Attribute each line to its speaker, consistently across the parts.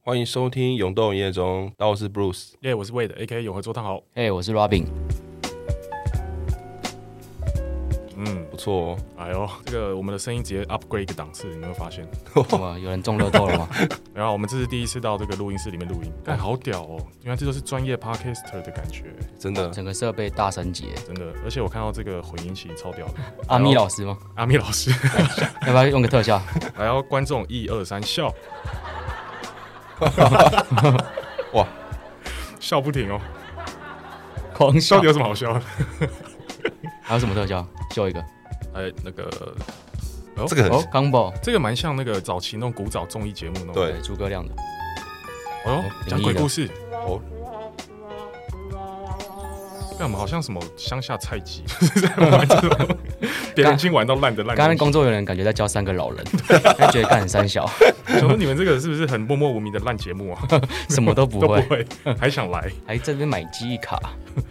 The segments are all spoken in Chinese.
Speaker 1: 欢迎收听《永动营业中》，我是 Bruce。
Speaker 2: 耶、我是 Wade A K 永和周汤豪。
Speaker 3: 哎、我是 Robin，
Speaker 2: 嗯，
Speaker 1: 不错哦，
Speaker 2: 哎呦，这个我们的声音直接 upgrade 一个档次，你有没有发现？
Speaker 3: 怎么有人中乐透了吗？
Speaker 2: 然后我们这是第一次到这个录音室里面录音，哎，好屌哦！原来这就是专业 podcaster 的感觉，
Speaker 1: 真的
Speaker 3: 整个设备大升级耶。
Speaker 2: 真的。而且我看到这个混音器超屌的，
Speaker 3: 阿咪老师吗？
Speaker 2: 阿咪老师，
Speaker 3: 要不要用个特效？
Speaker 2: 还要观众一二三笑
Speaker 1: 哇，
Speaker 2: 笑不停哦，
Speaker 3: 狂
Speaker 2: 到
Speaker 3: 笑
Speaker 2: 底！有什么好笑的？
Speaker 3: 还有什么特效？秀一个
Speaker 2: 哎，那个
Speaker 1: 这个
Speaker 3: 哦
Speaker 1: 很
Speaker 3: ，combo，
Speaker 2: 这个蛮像那个早期那种古早综艺节目那种，
Speaker 1: 对
Speaker 3: 对，诸葛亮的。
Speaker 2: 哦
Speaker 3: 哦，
Speaker 2: 讲
Speaker 3: 灵异
Speaker 2: 鬼
Speaker 3: 的
Speaker 2: 故事，
Speaker 1: 哦，
Speaker 2: 那哎我们好像什么乡下菜 鸡，就是在玩这种别人已经玩到烂的烂
Speaker 3: 刚
Speaker 2: 东
Speaker 3: 刚那
Speaker 2: 西。
Speaker 3: 工作人员感觉在教三个老人， 他觉得干很三小，
Speaker 2: 想说你们这个是不是很默默无名的烂节目啊？
Speaker 3: 什么都 不
Speaker 2: 都不
Speaker 3: 会，
Speaker 2: 会， 还想来，
Speaker 3: 还这边买记忆卡。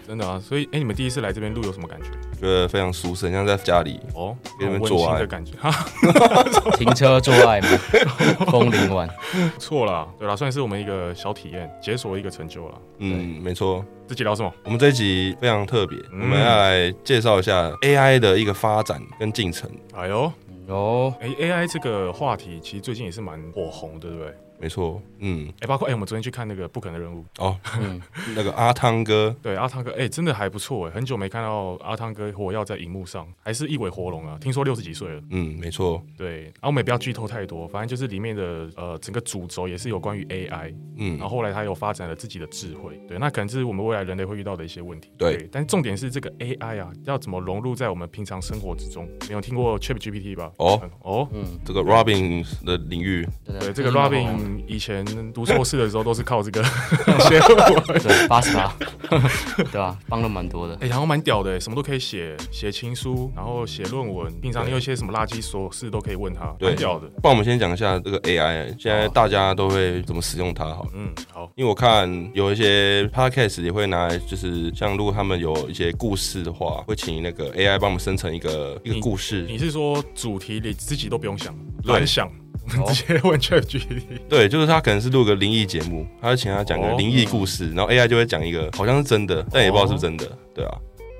Speaker 2: 真的啊！所以，哎、你们第一次来这边录有什么感觉？
Speaker 1: 觉得呃非常舒适，很像在家里。
Speaker 2: 哦，
Speaker 1: 给你们
Speaker 2: 很温
Speaker 1: 做
Speaker 2: 馨
Speaker 1: 爱
Speaker 2: 的感觉，哈，
Speaker 3: 停车做爱吗？ 风铃丸，
Speaker 2: 不错啦，对啦，算是我们一个小体验，解锁一个成就啦。
Speaker 1: 嗯，没错。
Speaker 2: 自己聊什么？
Speaker 1: 我们这一集非常特别，
Speaker 2: 嗯
Speaker 1: 我们要来介绍一下 AI 的一个发展跟进程。
Speaker 2: 哎呦，
Speaker 3: 哦，
Speaker 2: 哎、a i 这个话题其实最近也是蛮火红的，对不对？
Speaker 1: 没错，嗯，
Speaker 2: 哎、包括哎、我们昨天去看那个《不可能任务》，
Speaker 1: 哦，
Speaker 3: 嗯，
Speaker 1: 那个阿汤哥，
Speaker 2: 对阿汤哥，哎、真的还不错哎、很久没看到阿汤哥火药在荧幕上，还是一尾活龙啊！听说六十几岁了，
Speaker 1: 嗯，没错，
Speaker 2: 对。啊，我们也不要剧透太多，反正就是里面的呃整个主轴也是有关于 AI，
Speaker 1: 嗯
Speaker 2: 然后，后来他有发展了自己的智慧，对，那可能这是我们未来人类会遇到的一些问题。
Speaker 1: 对
Speaker 2: 但重点是这个 AI 啊，要怎么融入在我们平常生活之中？你有听过 ChatGPT 吧？
Speaker 1: 哦
Speaker 2: 嗯哦，
Speaker 3: 嗯，
Speaker 1: 这个 Robin 的领域，
Speaker 3: 真的
Speaker 2: 对，这个
Speaker 3: 真的很红
Speaker 2: Robin 以前读硕士的时候都是靠这个 写文，
Speaker 3: 对八十八， 对吧？帮了蛮多的。
Speaker 2: 哎，然后蛮屌的，什么都可以写，写情书，然后写论文，平常你有一些什么垃圾琐事都可以问他，
Speaker 1: 对
Speaker 2: 蛮屌的。
Speaker 1: 不然我们先讲一下这个 AI，现在大家都会怎么使用它好了。
Speaker 2: 嗯，好，
Speaker 1: 因为我看有一些 podcast 也会拿来，就是像如果他们有一些故事的话，会请那个 AI 帮我们生成一个一个故事。
Speaker 2: 你是说主题你自己都不用想，
Speaker 1: 对
Speaker 2: 乱想，
Speaker 3: 哦
Speaker 2: 直接问 ChatGPT？
Speaker 1: 对，就是他可能是录个灵异节目，他就请他讲个
Speaker 2: 哦
Speaker 1: 灵异故事，然后 AI 就会讲一个好像是真的，但也不知道是不是真
Speaker 2: 哦
Speaker 1: 的，对啊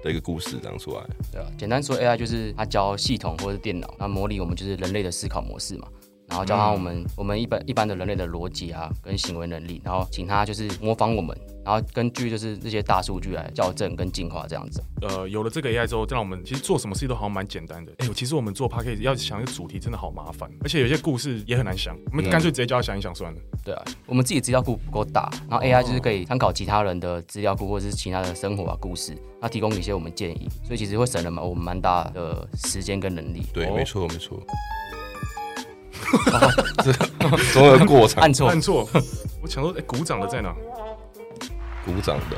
Speaker 1: 的一个故事这样出来。
Speaker 3: 对啊，简单说，AI 就是它教系统或者是电脑，那模拟我们就是人类的思考模式嘛，然后教它我们、我们一般一般的人类的逻辑啊跟行为能力，然后请它就是模仿我们，然后根据就是这些大数据来校正跟进化这样子。
Speaker 2: 呃，有了这个 AI 之后，让我们其实做什么事情都好像蛮简单的。哎、其实我们做 p a c k a g e 要想一个主题真的好麻烦，而且有些故事也很难想，我们干脆直接叫他想一想算了。
Speaker 3: 对啊，我们自己资料库不够大，然后 AI 就是可以参考其他人的资料库或者是其他的生活啊故事，那提供一些我们建议，所以其实会省了蛮我们蛮大的时间跟能力。
Speaker 1: 对，
Speaker 2: 哦
Speaker 1: 没错没错。 这 总有个过
Speaker 2: 啊
Speaker 1: 场
Speaker 3: 按错
Speaker 2: 按错， 我想说，哎、鼓掌的在哪？
Speaker 1: 鼓掌的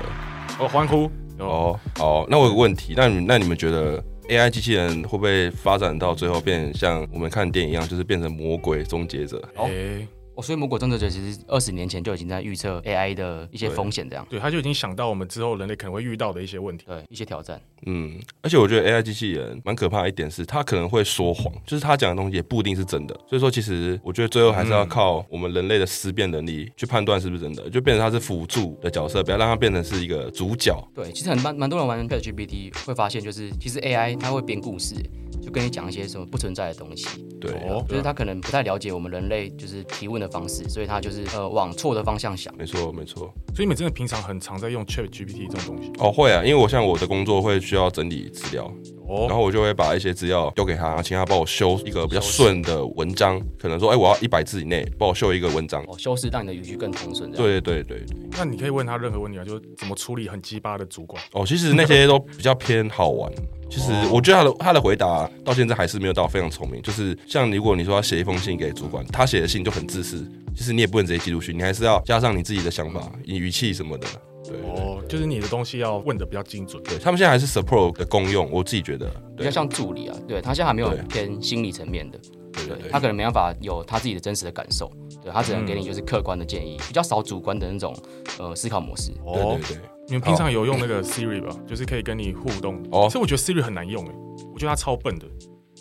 Speaker 2: 哦，欢呼。哦，
Speaker 1: 哦。好，那我有个问题，那你们那你们觉得 AI 机器人会不会发展到最后变像我们看电影一样，就是变成魔鬼终结者？
Speaker 2: 哎、
Speaker 3: 哦哦，所以魔鬼终结者其实二十年前就已经在预测 AI 的一些
Speaker 1: 对
Speaker 3: 风险这样，
Speaker 2: 对，他就已经想到我们之后人类可能会遇到的一些问题。
Speaker 3: 对一些挑战。
Speaker 1: 嗯，而且我觉得 AI 机器人蛮可怕的一点是，它可能会说谎，就是它讲的东西也不一定是真的。所以说，其实我觉得最后还是要
Speaker 2: 嗯
Speaker 1: 靠我们人类的思辨能力去判断是不是真的，就变成它是辅助的角色，不要让它变成是一个主角。
Speaker 3: 对，其实很蛮蛮多人玩 ChatGPT 会发现，就是其实 AI 它会编故事，就跟你讲一些什么不存在的东西，
Speaker 1: 对，
Speaker 2: 哦，
Speaker 3: 就是它可能不太了解我们人类就是提问的方式，所以它就是呃往错的方向想。
Speaker 1: 没错，没错。
Speaker 2: 所以你们真的平常很常在用 Chat GPT 这种东西。
Speaker 1: 哦，会啊，因为我像我的工作会需要整理资料，然
Speaker 2: 哦，
Speaker 1: 后我就会把一些资料丢给他，然后请他帮我修一个比较顺的文章，可能说，哎、我要一百字以内，帮我修一个文章。
Speaker 3: 哦，修饰让你的语句更通顺。，
Speaker 1: 对对对对，
Speaker 2: 那你可以问他任何问题啊，就是怎么处理很鸡巴的主管。
Speaker 1: 哦，其实那些都比较偏好玩。其实
Speaker 3: 哦
Speaker 1: 我觉得他的他的回答到现在还是没有到非常聪明。就是像如果你说要写一封信给主管，他写的信就很自私，其实你也不能直接寄出去，你还是要加上你自己的想法、你语气什么的。对对对
Speaker 2: 哦，就是你的东西要问的比较精准。
Speaker 1: 对，他们现在还是 support 的功用，我自己觉得。
Speaker 3: 比
Speaker 1: 对
Speaker 3: 较像助理啊，对他现在还没有
Speaker 1: 对
Speaker 3: 偏心理层面的，
Speaker 1: 对对对
Speaker 3: 他可能没办法有他自己的真实的感受，对他只能给你就是客观的建议，比较少主观的那种呃思考模式。
Speaker 1: 对
Speaker 2: 哦，
Speaker 1: 对对。
Speaker 2: 你们平常有用那个 Siri 吧？就是可以跟你互动。
Speaker 1: 哦
Speaker 2: 其实我觉得 Siri 很难用诶、我觉得它超笨的。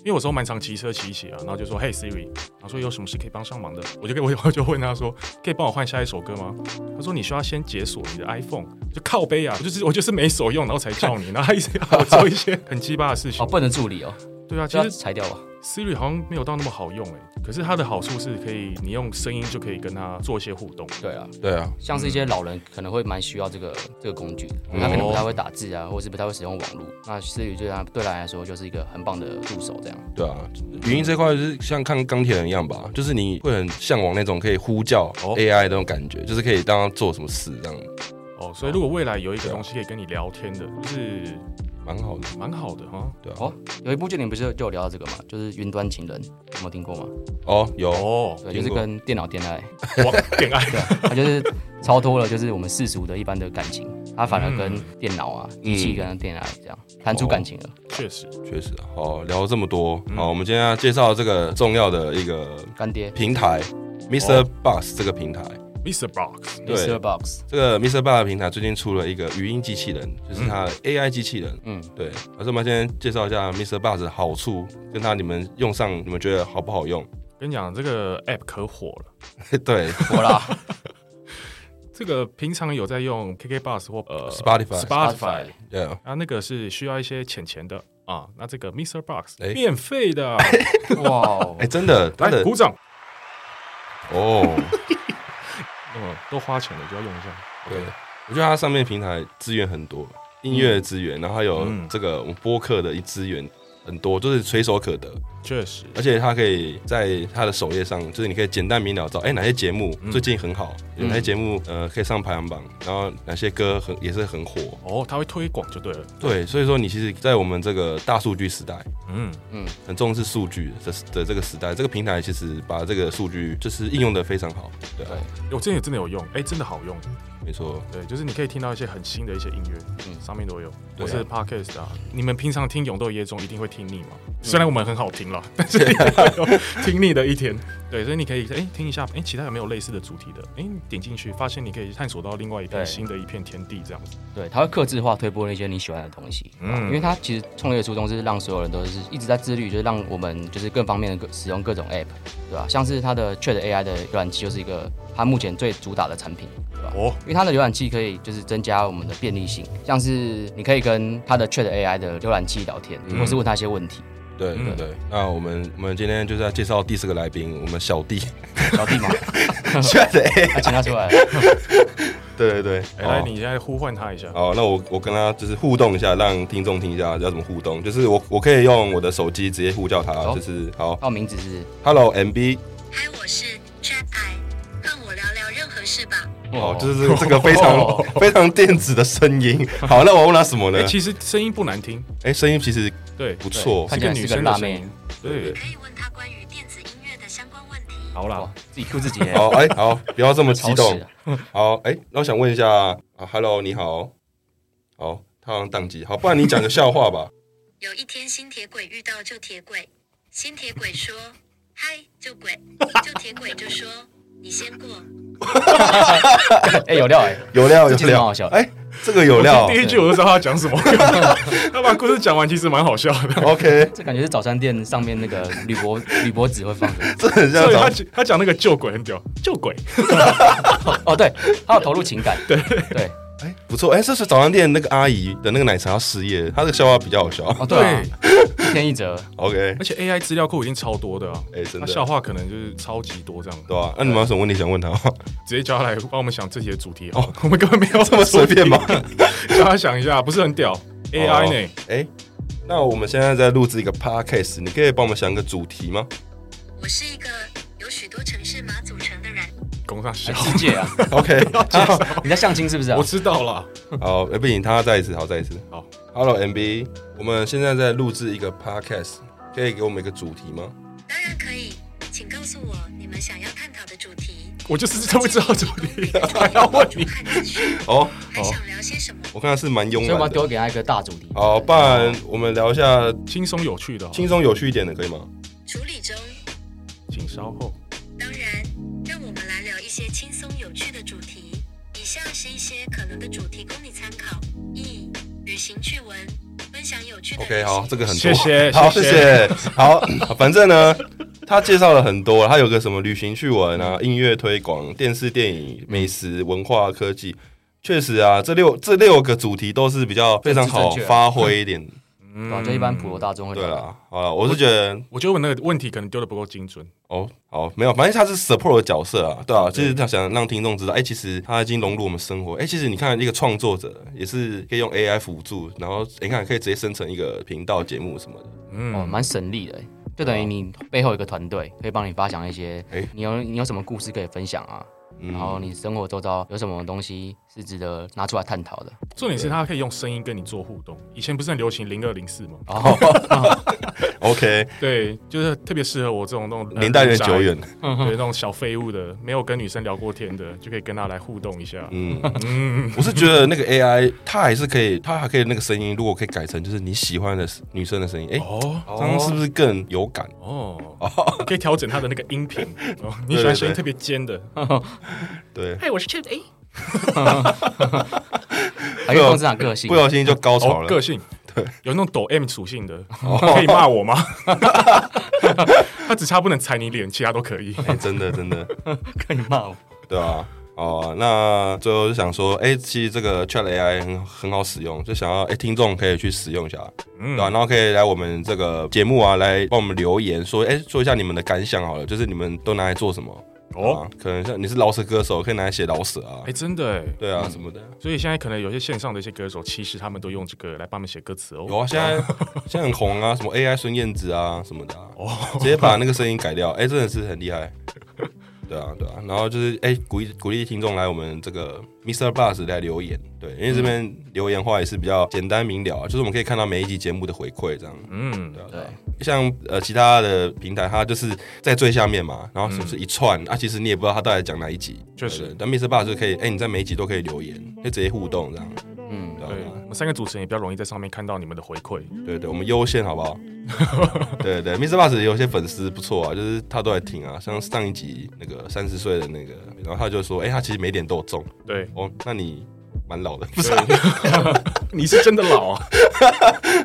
Speaker 2: 因为有时候蛮常骑车骑一骑啊，然后就说 Hey Siri，然后说有什么事可以帮上忙的，我就跟我 我就问他说，可以帮我换下一首歌吗？他说你需要先解锁你的 iPhone，就靠背啊，我就是我就是没手用，然后才叫你，然后他一直要我做一些很鸡巴的事情
Speaker 3: 哦，。笨的助理哦，
Speaker 2: 对啊，其
Speaker 3: 就要
Speaker 2: 实
Speaker 3: 裁掉吧。
Speaker 2: Siri 好像没有到那么好用哎、可是它的好处是可以你用声音就可以跟它做一些互动。
Speaker 3: 对啊，
Speaker 1: 对啊，
Speaker 3: 像是一些老人可能会蛮需要这个这个工具的，他可能不太会打字啊，或是不太会使用网络。那 Siri 对他对他来说就是一个很棒的助手，这样。
Speaker 1: 对啊，语音这块就是像看钢铁人一样吧，就是你会很向往那种可以呼叫
Speaker 2: 哦
Speaker 1: AI 的那种感觉，就是可以当它做什么事这样，
Speaker 2: 哦，所以如果未来有一个东西可以跟你聊天的，就是
Speaker 1: 蛮好的。
Speaker 2: 蛮好的哈。
Speaker 1: 对啊，
Speaker 3: 哦，有一部电影不是就有聊到这个嘛，就是《云端情人》，有没有听过吗？
Speaker 1: 哦，有，
Speaker 2: 哦，
Speaker 3: 对，
Speaker 1: 听过
Speaker 3: 就是跟电脑恋爱，
Speaker 2: 我点爱
Speaker 3: 它就是超脱了，就是我们世俗的一般的感情，它反而跟电脑啊、机器跟电爱这样谈出感情了。
Speaker 2: 确实
Speaker 1: 确实啊。好，聊了这么多，好，我们今天要介绍这个重要的一个
Speaker 3: 干爹
Speaker 1: 平台，Mr. Bus 这个平台。
Speaker 2: ，Mr. Box
Speaker 1: 对
Speaker 3: ，Mr. Box，
Speaker 1: 这个 Mr. Bus 平台最近出了一个语音机器人，就是它的 AI 机器人。
Speaker 3: 嗯，
Speaker 1: 对，老师，我们先介绍一下 Mr. Bus 的好处，跟它你们用上，你们觉得好不好用？
Speaker 2: 跟你讲，这个 app 可火了。
Speaker 1: 对
Speaker 3: 我啦，
Speaker 2: 这个平常有在用 KK Bus 或呃
Speaker 1: Spotify
Speaker 2: Spotify，
Speaker 1: 对啊，
Speaker 2: 啊，那个是需要一些钱钱的啊。那这个 Mr. Box
Speaker 1: 哎
Speaker 2: 免费的，
Speaker 3: 哇 哦
Speaker 1: 哎，，真的，它
Speaker 2: 来
Speaker 1: 的
Speaker 2: 鼓掌。
Speaker 1: 哦，
Speaker 2: 那么都花钱了就要用一下。
Speaker 1: 对，我觉得它上面平台资源很多，音乐的资源，然后还有
Speaker 2: 嗯
Speaker 1: 这个我们播客的资源很多，就是垂手可得。
Speaker 2: 确实，
Speaker 1: 而且它可以在它的首页上，就是你可以简单明了知道，哎、哪些节目最近很好，有哪些节目呃可以上排行榜，然后哪些歌很也是很火。
Speaker 2: 哦，它会推广就对了。
Speaker 1: 对，所以说你其实，在我们这个大数据时代，
Speaker 2: 嗯，
Speaker 3: 嗯，
Speaker 1: 很重视数据的的这个时代，这个平台其实把这个数据就是应用的非常好。对啊，
Speaker 2: 我之前也真的有用，哎、真的好用。
Speaker 1: 没错，
Speaker 2: 对，就是你可以听到一些很新的一些音乐，
Speaker 3: 嗯
Speaker 2: 上面都有，
Speaker 1: 对
Speaker 2: 或
Speaker 1: 啊
Speaker 2: 是 podcast 啊。你们平常听《勇斗夜中》一定会听腻嘛？
Speaker 1: 嗯
Speaker 2: 虽然我们很好听了，但是一
Speaker 1: 啊
Speaker 2: 定会有听腻的一天。对，所以你可以哎、听一下，哎、其他有没有类似的主题的？哎、你点进去，发现你可以探索到另外一片
Speaker 3: 对
Speaker 2: 新的一片天地，这样子。
Speaker 3: 对，它会克制化推播那些你喜欢的东西。
Speaker 2: 嗯
Speaker 3: 因为它其实创业初衷是让所有人都是一直在自律，就是让我们就是更方便的使用各种 app，对吧、像是它的 Chat AI 的浏览器就是一个它目前最主打的产品，对吧、
Speaker 2: 哦，
Speaker 3: 因为它的浏览器可以就是增加我们的便利性，像是你可以跟它的 Chat AI 的浏览器聊天，或是问它一些问题。
Speaker 1: 对对
Speaker 2: 嗯
Speaker 1: 对。那我们我们今天就是要介绍第四个来宾，我们小弟，
Speaker 3: 小弟嘛，
Speaker 1: 现在
Speaker 3: 他请他出来，
Speaker 1: 对对对，
Speaker 2: 哎、来，你现在呼唤他一下。
Speaker 1: 哦好，那我我跟他就是互动一下，让听众听一下要怎么互动。就是我我可以用我的手机直接呼叫他，
Speaker 3: 好
Speaker 1: 就是好
Speaker 3: 他的名字是
Speaker 1: ，Hello MB，
Speaker 4: 嗨，我是 Chat I，和我聊聊任何事吧。
Speaker 1: 哦，就是这个这个非常、
Speaker 3: 哦
Speaker 1: 非常电子的声音。好，那我问他什么呢
Speaker 2: 哎、？其实声音不难听，
Speaker 1: 哎、声音其实
Speaker 2: 对，
Speaker 1: 不错
Speaker 2: 是
Speaker 3: 对，看起
Speaker 2: 个
Speaker 3: 来
Speaker 2: 女
Speaker 3: 是个
Speaker 2: 生的
Speaker 3: 辣
Speaker 2: 声
Speaker 3: 妹
Speaker 2: 音。对，
Speaker 4: 可以问他关于电子音乐的相关问题。
Speaker 2: 好
Speaker 3: 哇
Speaker 2: 啦，，
Speaker 3: 自己 Q 自己耶，
Speaker 1: 好，哎、好，不要这么
Speaker 3: 超
Speaker 1: 激
Speaker 3: 时
Speaker 1: 动
Speaker 3: 啊。，
Speaker 1: 好，哎、那我想问一下啊，Hello，你好，好，他好像宕机，好，不然你讲个笑话 吧。
Speaker 4: 有一天，新铁轨遇到旧铁轨，新铁轨说：“嗨，旧轨。”旧铁轨就说：“你先过。
Speaker 3: 哎，有料哎，
Speaker 1: 有料有
Speaker 3: 这其实蛮
Speaker 1: 料
Speaker 3: 好笑，的
Speaker 1: 哎、这个有料
Speaker 2: 我听第一句我就知道他要 讲什么，他把故事讲完，其实蛮好笑的。
Speaker 1: ，OK，
Speaker 3: 这感觉是早餐店上面那个铝箔铝箔纸会放的。
Speaker 1: 这很像
Speaker 2: 所以
Speaker 1: 找
Speaker 2: 他讲他讲那个旧鬼很屌，旧鬼
Speaker 3: 哦，对，他有投入情感，对对，
Speaker 1: 哎，不错，哎，这是早餐店那个阿姨的那个奶茶要失业，她这个笑话比较好笑。
Speaker 3: 哦对啊，一天一折，
Speaker 1: OK，
Speaker 2: 而且 AI 资料库已经超多的啊，
Speaker 1: 哎真的
Speaker 2: 那笑话可能就是超级多这样，
Speaker 1: 对
Speaker 3: 呃
Speaker 1: 吧、那你们有什么问题想问她吗？
Speaker 2: 直接叫他来帮我们想这些主题哦，我们根本没有
Speaker 1: 这么随便 吗？
Speaker 2: 叫他想一下，不是很屌 AI 呢？
Speaker 1: 哦？哎、那我们现在在录制一个 podcast，你可以帮我们想个主题 吗？”
Speaker 4: 我是一个由许多城市码组成的人。
Speaker 2: 工上笑
Speaker 1: 哦
Speaker 3: 很，世界啊！
Speaker 1: OK，
Speaker 3: 你在相亲是不是啊
Speaker 2: 我？知道了，
Speaker 1: 好，哎，不行，他再一次，好，再一次。
Speaker 2: 好
Speaker 1: ，Hello MB，我们现在在录制一个 podcast，可以给我们一个主题吗？
Speaker 4: 当然可以，请告诉我你们想要探讨的主题。
Speaker 2: 我就是都不知道主题，啊
Speaker 4: 还
Speaker 2: 要问你
Speaker 4: 汉资讯，
Speaker 1: 哦，
Speaker 4: 还想聊些什么？
Speaker 1: 我看是蛮慵
Speaker 3: 所以我
Speaker 1: 懒
Speaker 3: 们要
Speaker 1: 的。哦
Speaker 3: 给他一个大主题。
Speaker 1: 好，不然我们聊一下
Speaker 2: 轻松有趣的哦，
Speaker 1: 轻松有趣一点的，可以吗？
Speaker 4: 处理中。
Speaker 2: 请稍后。
Speaker 4: 当然，让我们来聊一些轻松有趣的主题。以下是一些些可能的主题供你参考。一、旅行趣闻，分享有趣的
Speaker 1: OK，
Speaker 4: 旅行
Speaker 1: 好，这个很
Speaker 2: 谢
Speaker 1: 多，
Speaker 2: 谢
Speaker 1: 好，
Speaker 2: 谢
Speaker 1: 谢
Speaker 2: 谢
Speaker 1: 谢，好， 反正呢，他介绍了很多，他有个什么旅行趣闻啊、音乐推广、电视、电影、美食、文化、科技，确实啊，这六这六个主题都是比较非常好
Speaker 5: 政治正确啊
Speaker 1: 发挥一点，
Speaker 5: 对啊吧？就一般普罗大众会
Speaker 1: 嗯对啊
Speaker 5: 聊的。哦
Speaker 1: 啦，好啦，我是觉得
Speaker 2: 嗯我觉得我那个问题可能丢的不够精准，
Speaker 1: 哦，好，没有，反正他是 support 的角色啊，对啊，就是他想让听众知道，哎、其实他已经融入我们生活，哎、其实你看一个创作者也是可以用 AI 辅助，然后哎你看可以直接生成一个频道节目什么的，
Speaker 5: 哦，
Speaker 2: 嗯，
Speaker 5: 蛮省力的欸，就
Speaker 1: 啊
Speaker 5: 等于你背后有一个团队可以帮你发想一些
Speaker 1: 哎，
Speaker 5: 你有你有什么故事可以分享啊，
Speaker 1: 嗯
Speaker 5: 然后你生活周遭有什么东西是值得拿出来探讨的。
Speaker 2: 重点是它可以用声音跟你做互动。以前不是很流行零二零四吗？
Speaker 5: 然后
Speaker 1: OK，
Speaker 2: 对，就是特别适合我这种那种呃
Speaker 1: 年代有点
Speaker 2: 宅
Speaker 1: 久远，
Speaker 2: 对那种小废物的，没有跟女生聊过天的，就可以跟她来互动一下。
Speaker 1: 嗯，
Speaker 2: 嗯，
Speaker 1: 我是觉得那个 AI 它还是可以，它还可以那个声音，如果可以改成就是你喜欢的女生的声音，哎、
Speaker 2: 哦
Speaker 1: 这样是不是更有感？
Speaker 2: 哦，你可以调整她的那个音频。哦，你喜欢声音特别尖的，哦
Speaker 1: 对，
Speaker 3: 嗨，我是 Chip，哎，
Speaker 1: 啊
Speaker 5: 还有控制上个性啊
Speaker 1: 不，小心就高潮
Speaker 2: 哦，
Speaker 1: 了。
Speaker 2: 个性
Speaker 1: 对，哦
Speaker 2: 有那种抖 M 属性的，可以骂我吗？ 他只差不能踩你脸，其他都可以。
Speaker 1: 哎、真的真的，
Speaker 5: 可以骂我。
Speaker 1: 对啊。哦，那最后就想说，哎、其实这个 Chat AI 很很好使用，就想要哎、听众可以去使用一下，对
Speaker 2: 嗯
Speaker 1: 啊吧、然后可以来我们这个节目啊，来帮我们留言说，哎、说一下你们的感想好了，就是你们都拿来做什么？
Speaker 2: 哦，
Speaker 1: 啊，可能像你是饶舌歌手，可以拿来写饶舌啊，
Speaker 2: 哎，真的哎。
Speaker 1: 对啊什么的。
Speaker 2: 所以现在可能有些线上的一些歌手，其实他们都用这个来帮他们写歌词哦。
Speaker 1: 有啊，现在 现在很红啊，什么 AI 孙燕姿啊什么的、啊，
Speaker 2: 哦
Speaker 1: 直接把那个声音改掉，哎、真的是很厉害。对啊，对啊，然后就是哎、鼓励鼓励听众来我们这个 Mr. Buzz 来留言，对，
Speaker 2: 嗯
Speaker 1: 因为这边留言话也是比较简单明了啊，就是我们可以看到每一集节目的回馈这样。
Speaker 2: 嗯，
Speaker 1: 对啊
Speaker 5: 对，
Speaker 1: 像呃其他的平台，它就是在最下面嘛，然后是不是一串、啊？其实你也不知道它到底讲哪一集，
Speaker 2: 嗯确实
Speaker 1: 对但 Mr. Buzz 就可以，哎、你在每一集都可以留言，就直接互动这样，
Speaker 5: 嗯，
Speaker 1: 对啊
Speaker 2: 对，我们三个主持人也比较容易在上面看到你们的回馈。
Speaker 1: 对对，我们优先好不好？对对，Mr. Bus 有些粉丝不错啊，就是他都在听啊，像上一集那个三十岁的那个，然后他就说，哎、他其实每点都有中
Speaker 2: 对，
Speaker 1: 哦，那你蛮 老的，不是？
Speaker 2: 你是真的老啊！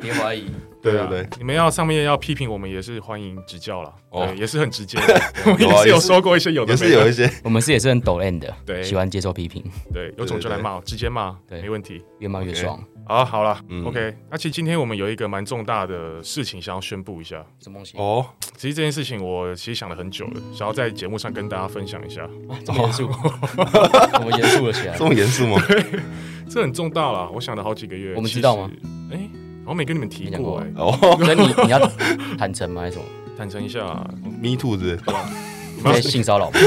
Speaker 5: 别怀疑，
Speaker 1: 对对
Speaker 2: 啊
Speaker 1: 对，，
Speaker 2: 你们要上面要批评我们，也是欢迎指教啦。
Speaker 1: 哦
Speaker 2: 对，也是很直接 的，我们
Speaker 1: 有
Speaker 2: 也
Speaker 1: 啊
Speaker 2: 是有
Speaker 1: 也是
Speaker 2: 说过一些有的
Speaker 1: 也
Speaker 2: 没
Speaker 1: 是有
Speaker 2: 的
Speaker 1: 一，些，
Speaker 5: 我们是也是很抖 M 的，
Speaker 2: 对
Speaker 5: 喜欢接受批评，
Speaker 2: 对，有种就来骂，直接骂，
Speaker 5: 对
Speaker 2: 没问题。
Speaker 5: 越骂越
Speaker 1: OK
Speaker 5: 爽。
Speaker 2: 啊，好了
Speaker 1: 嗯
Speaker 2: ，OK。那其实今天我们有一个蛮重大的事情想要宣布一下。
Speaker 5: 什么东西？
Speaker 1: 哦，
Speaker 2: 其实这件事情我其实想了很久了，想要在节目上跟大家分享一下。
Speaker 5: 这么严 肃，我们严肃了起来
Speaker 1: 这。么严 肃吗？
Speaker 2: 这很重大啦，我想了好几个月。
Speaker 5: 我们知道吗
Speaker 2: 其实？哎，我没跟你们提
Speaker 5: 没讲
Speaker 2: 过
Speaker 5: 过
Speaker 2: 哎，
Speaker 1: 哦
Speaker 5: 那你你要坦诚吗？还是什么？
Speaker 2: 坦诚一下，啊
Speaker 1: ，Me too 是不是
Speaker 5: 你在性骚扰吗？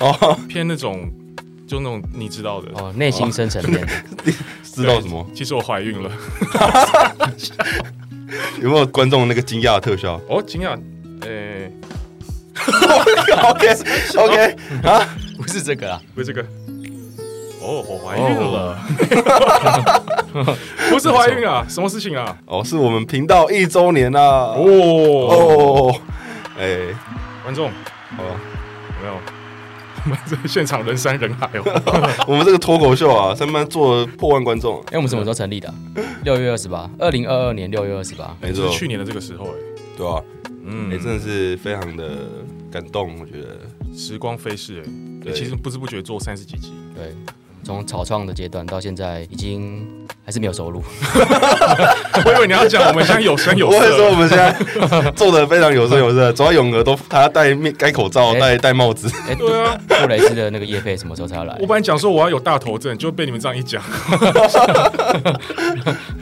Speaker 1: 哦，
Speaker 2: 偏那种就那种你知道的。
Speaker 5: 哦，内心深层面。
Speaker 1: 知道什么？
Speaker 2: 其实我怀孕了。
Speaker 1: 有没有观众那个惊讶的特效
Speaker 2: 哦，惊讶，诶、
Speaker 1: ？OK 啊 OK，
Speaker 5: 不是这个啦，
Speaker 2: 不是这个。哦，我怀孕了，哦不是怀孕啊，什么事情啊？
Speaker 1: 哦，是我们频道一周年啦，哦
Speaker 2: 哦，
Speaker 1: 哦，哎，哦
Speaker 2: 观众
Speaker 1: 好。
Speaker 2: 有没有？ 我们这现场人山人海哦。
Speaker 1: 我们这个脱口秀啊，上班做了破万观众，
Speaker 5: 哎，我们什么时候成立的啊？六月二十八，二零二二年六月二十八。
Speaker 1: 没
Speaker 2: 就是去年的这个时候、哎，
Speaker 1: 对啊，
Speaker 2: 嗯
Speaker 1: 哎、真的是非常的感动，我觉得，
Speaker 2: 时光飞逝、哎、
Speaker 1: 对
Speaker 2: 其实不知不觉做三十几集，
Speaker 5: 对，从草创的阶段到现在，已经还是没有收入。
Speaker 2: 我以为你要讲我们现在有声有
Speaker 1: 我会说我
Speaker 2: 色，
Speaker 1: 们现在做的非常有声有色，主要永和都他戴面戴口罩，
Speaker 5: 哎
Speaker 1: 戴戴帽子，
Speaker 5: 哎，杜
Speaker 2: 对啊。
Speaker 5: 杜蕾斯的那个叶配什么时候才要来
Speaker 2: 我？本来讲说我要有大头症，就被你们这样一讲，